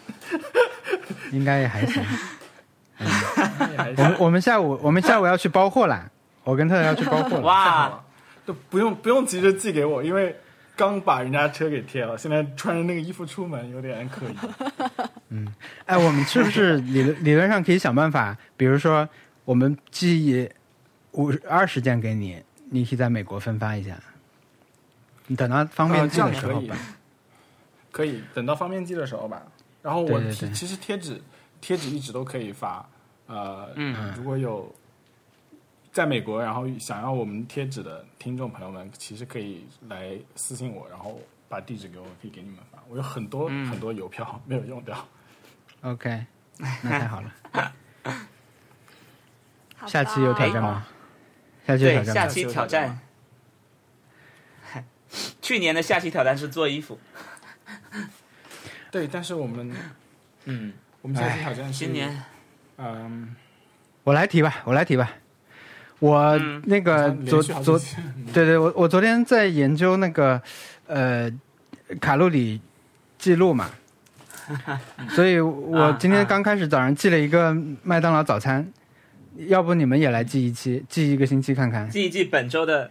C: 应该也还行。
A: 也还
C: 我
A: 是
C: 们我们下午我们下午要去包货啦，我跟特特要去包货了。
A: 太好
B: 哇，
A: 了，都不用不用急着寄给我，因为刚把人家车给贴了，现在穿着那个衣服出门有点可 疑。
C: 哎，我们是不是理论理论上可以想办法？比如说，我们寄五二十件给你，你可以在美国分发一下。你等到方便
A: 呃
C: 寄
A: 这样
C: 的时
A: 可
C: 候
A: 以
C: 吧。，
A: 可以等到方便寄的时候吧。然后我
C: 对对
A: 贴
C: 对
A: 其实贴纸贴纸一直都可以发，呃，
B: 嗯
A: 如果有在美国然后想要我们贴纸的听众朋友们，其实可以来私信我，然后把地址给我，可以给你们发。我有很多、
B: 嗯
A: 很多邮票没有用掉。
C: OK，那太好了。
D: 哎
E: 哎好吧
C: 下期有挑战吗？下期有
B: 对，
C: 挑战
B: 下
C: 吗？
B: 期挑战。 去年的下期挑战是做衣服，
A: 对，但是我们哎
B: 嗯，
A: 我们下次挑战是
B: 今年
A: 嗯，
C: 我来提吧，我来提吧。我
B: 嗯
C: 那个
A: 连
C: 昨
A: 续好几
C: 昨
A: 期
C: 对对，我我昨天在研究那个呃卡路里记 录嘛，所以
A: 啊
C: 我今天刚开始早上记了一个麦当劳早餐，要不你们也来记一期，记一个星期看看，
B: 记一记本周的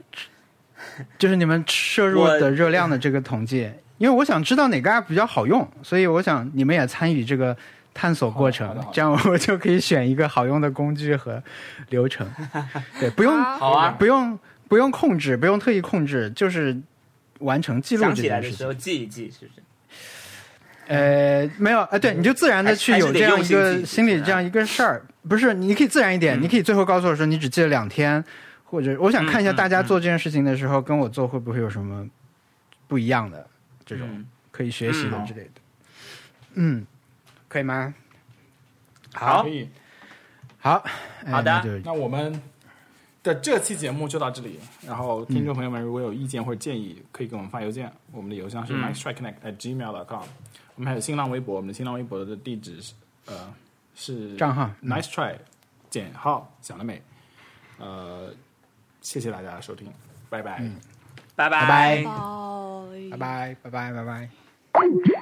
C: 就是你们摄入
B: 我
C: 的热量的这个统计，因为我想知道哪个 app 比较好用，所以我想你们也参与这个探索过
A: 好
C: 程
A: 的好的，
C: 这样我就可以选一个好用的工具和流 程，对，不用
E: 好，
B: 好啊，
C: 不用不用控制，不用特意控制，就是完成记录
B: 想
C: 这
B: 起来的
C: 件事
B: 时
C: 情。
B: 候记一记，是不是？
C: 呃，没有，呃，对，你就自然的去
B: 还是
C: 有
B: 得
C: 这样
B: 用
C: 一
B: 心记
C: 个
B: 记
C: 心里
B: 啊
C: 这样一个事儿，不是？你可以自然一点，
B: 嗯
C: 你可以最后告诉我说你只记了两天，或者我想看一下
B: 嗯嗯
C: 大家做这件事情的时候跟我做会不会有什么不一样的这种
B: 嗯
C: 可以学习的
B: 嗯
C: 之类的。嗯，可以吗？
B: 好
A: 嗯可，以。
C: 好，哎
B: 好的
C: 那就
A: 那我们的这期节目就到这里。然后，听
C: 嗯
A: 众朋友们如果有意见或者建议，可以给我们发邮件。我们的邮箱是 m i
B: 嗯
A: x t r i connect at gmail com。我们还有新浪微博，我们的新浪微博的地址是呃是
C: 账号嗯
A: nice try 减号想得美。呃，谢谢大家的收听，
C: 嗯
A: 拜拜。
B: 拜
C: 拜
E: 哦
C: 拜拜拜拜拜。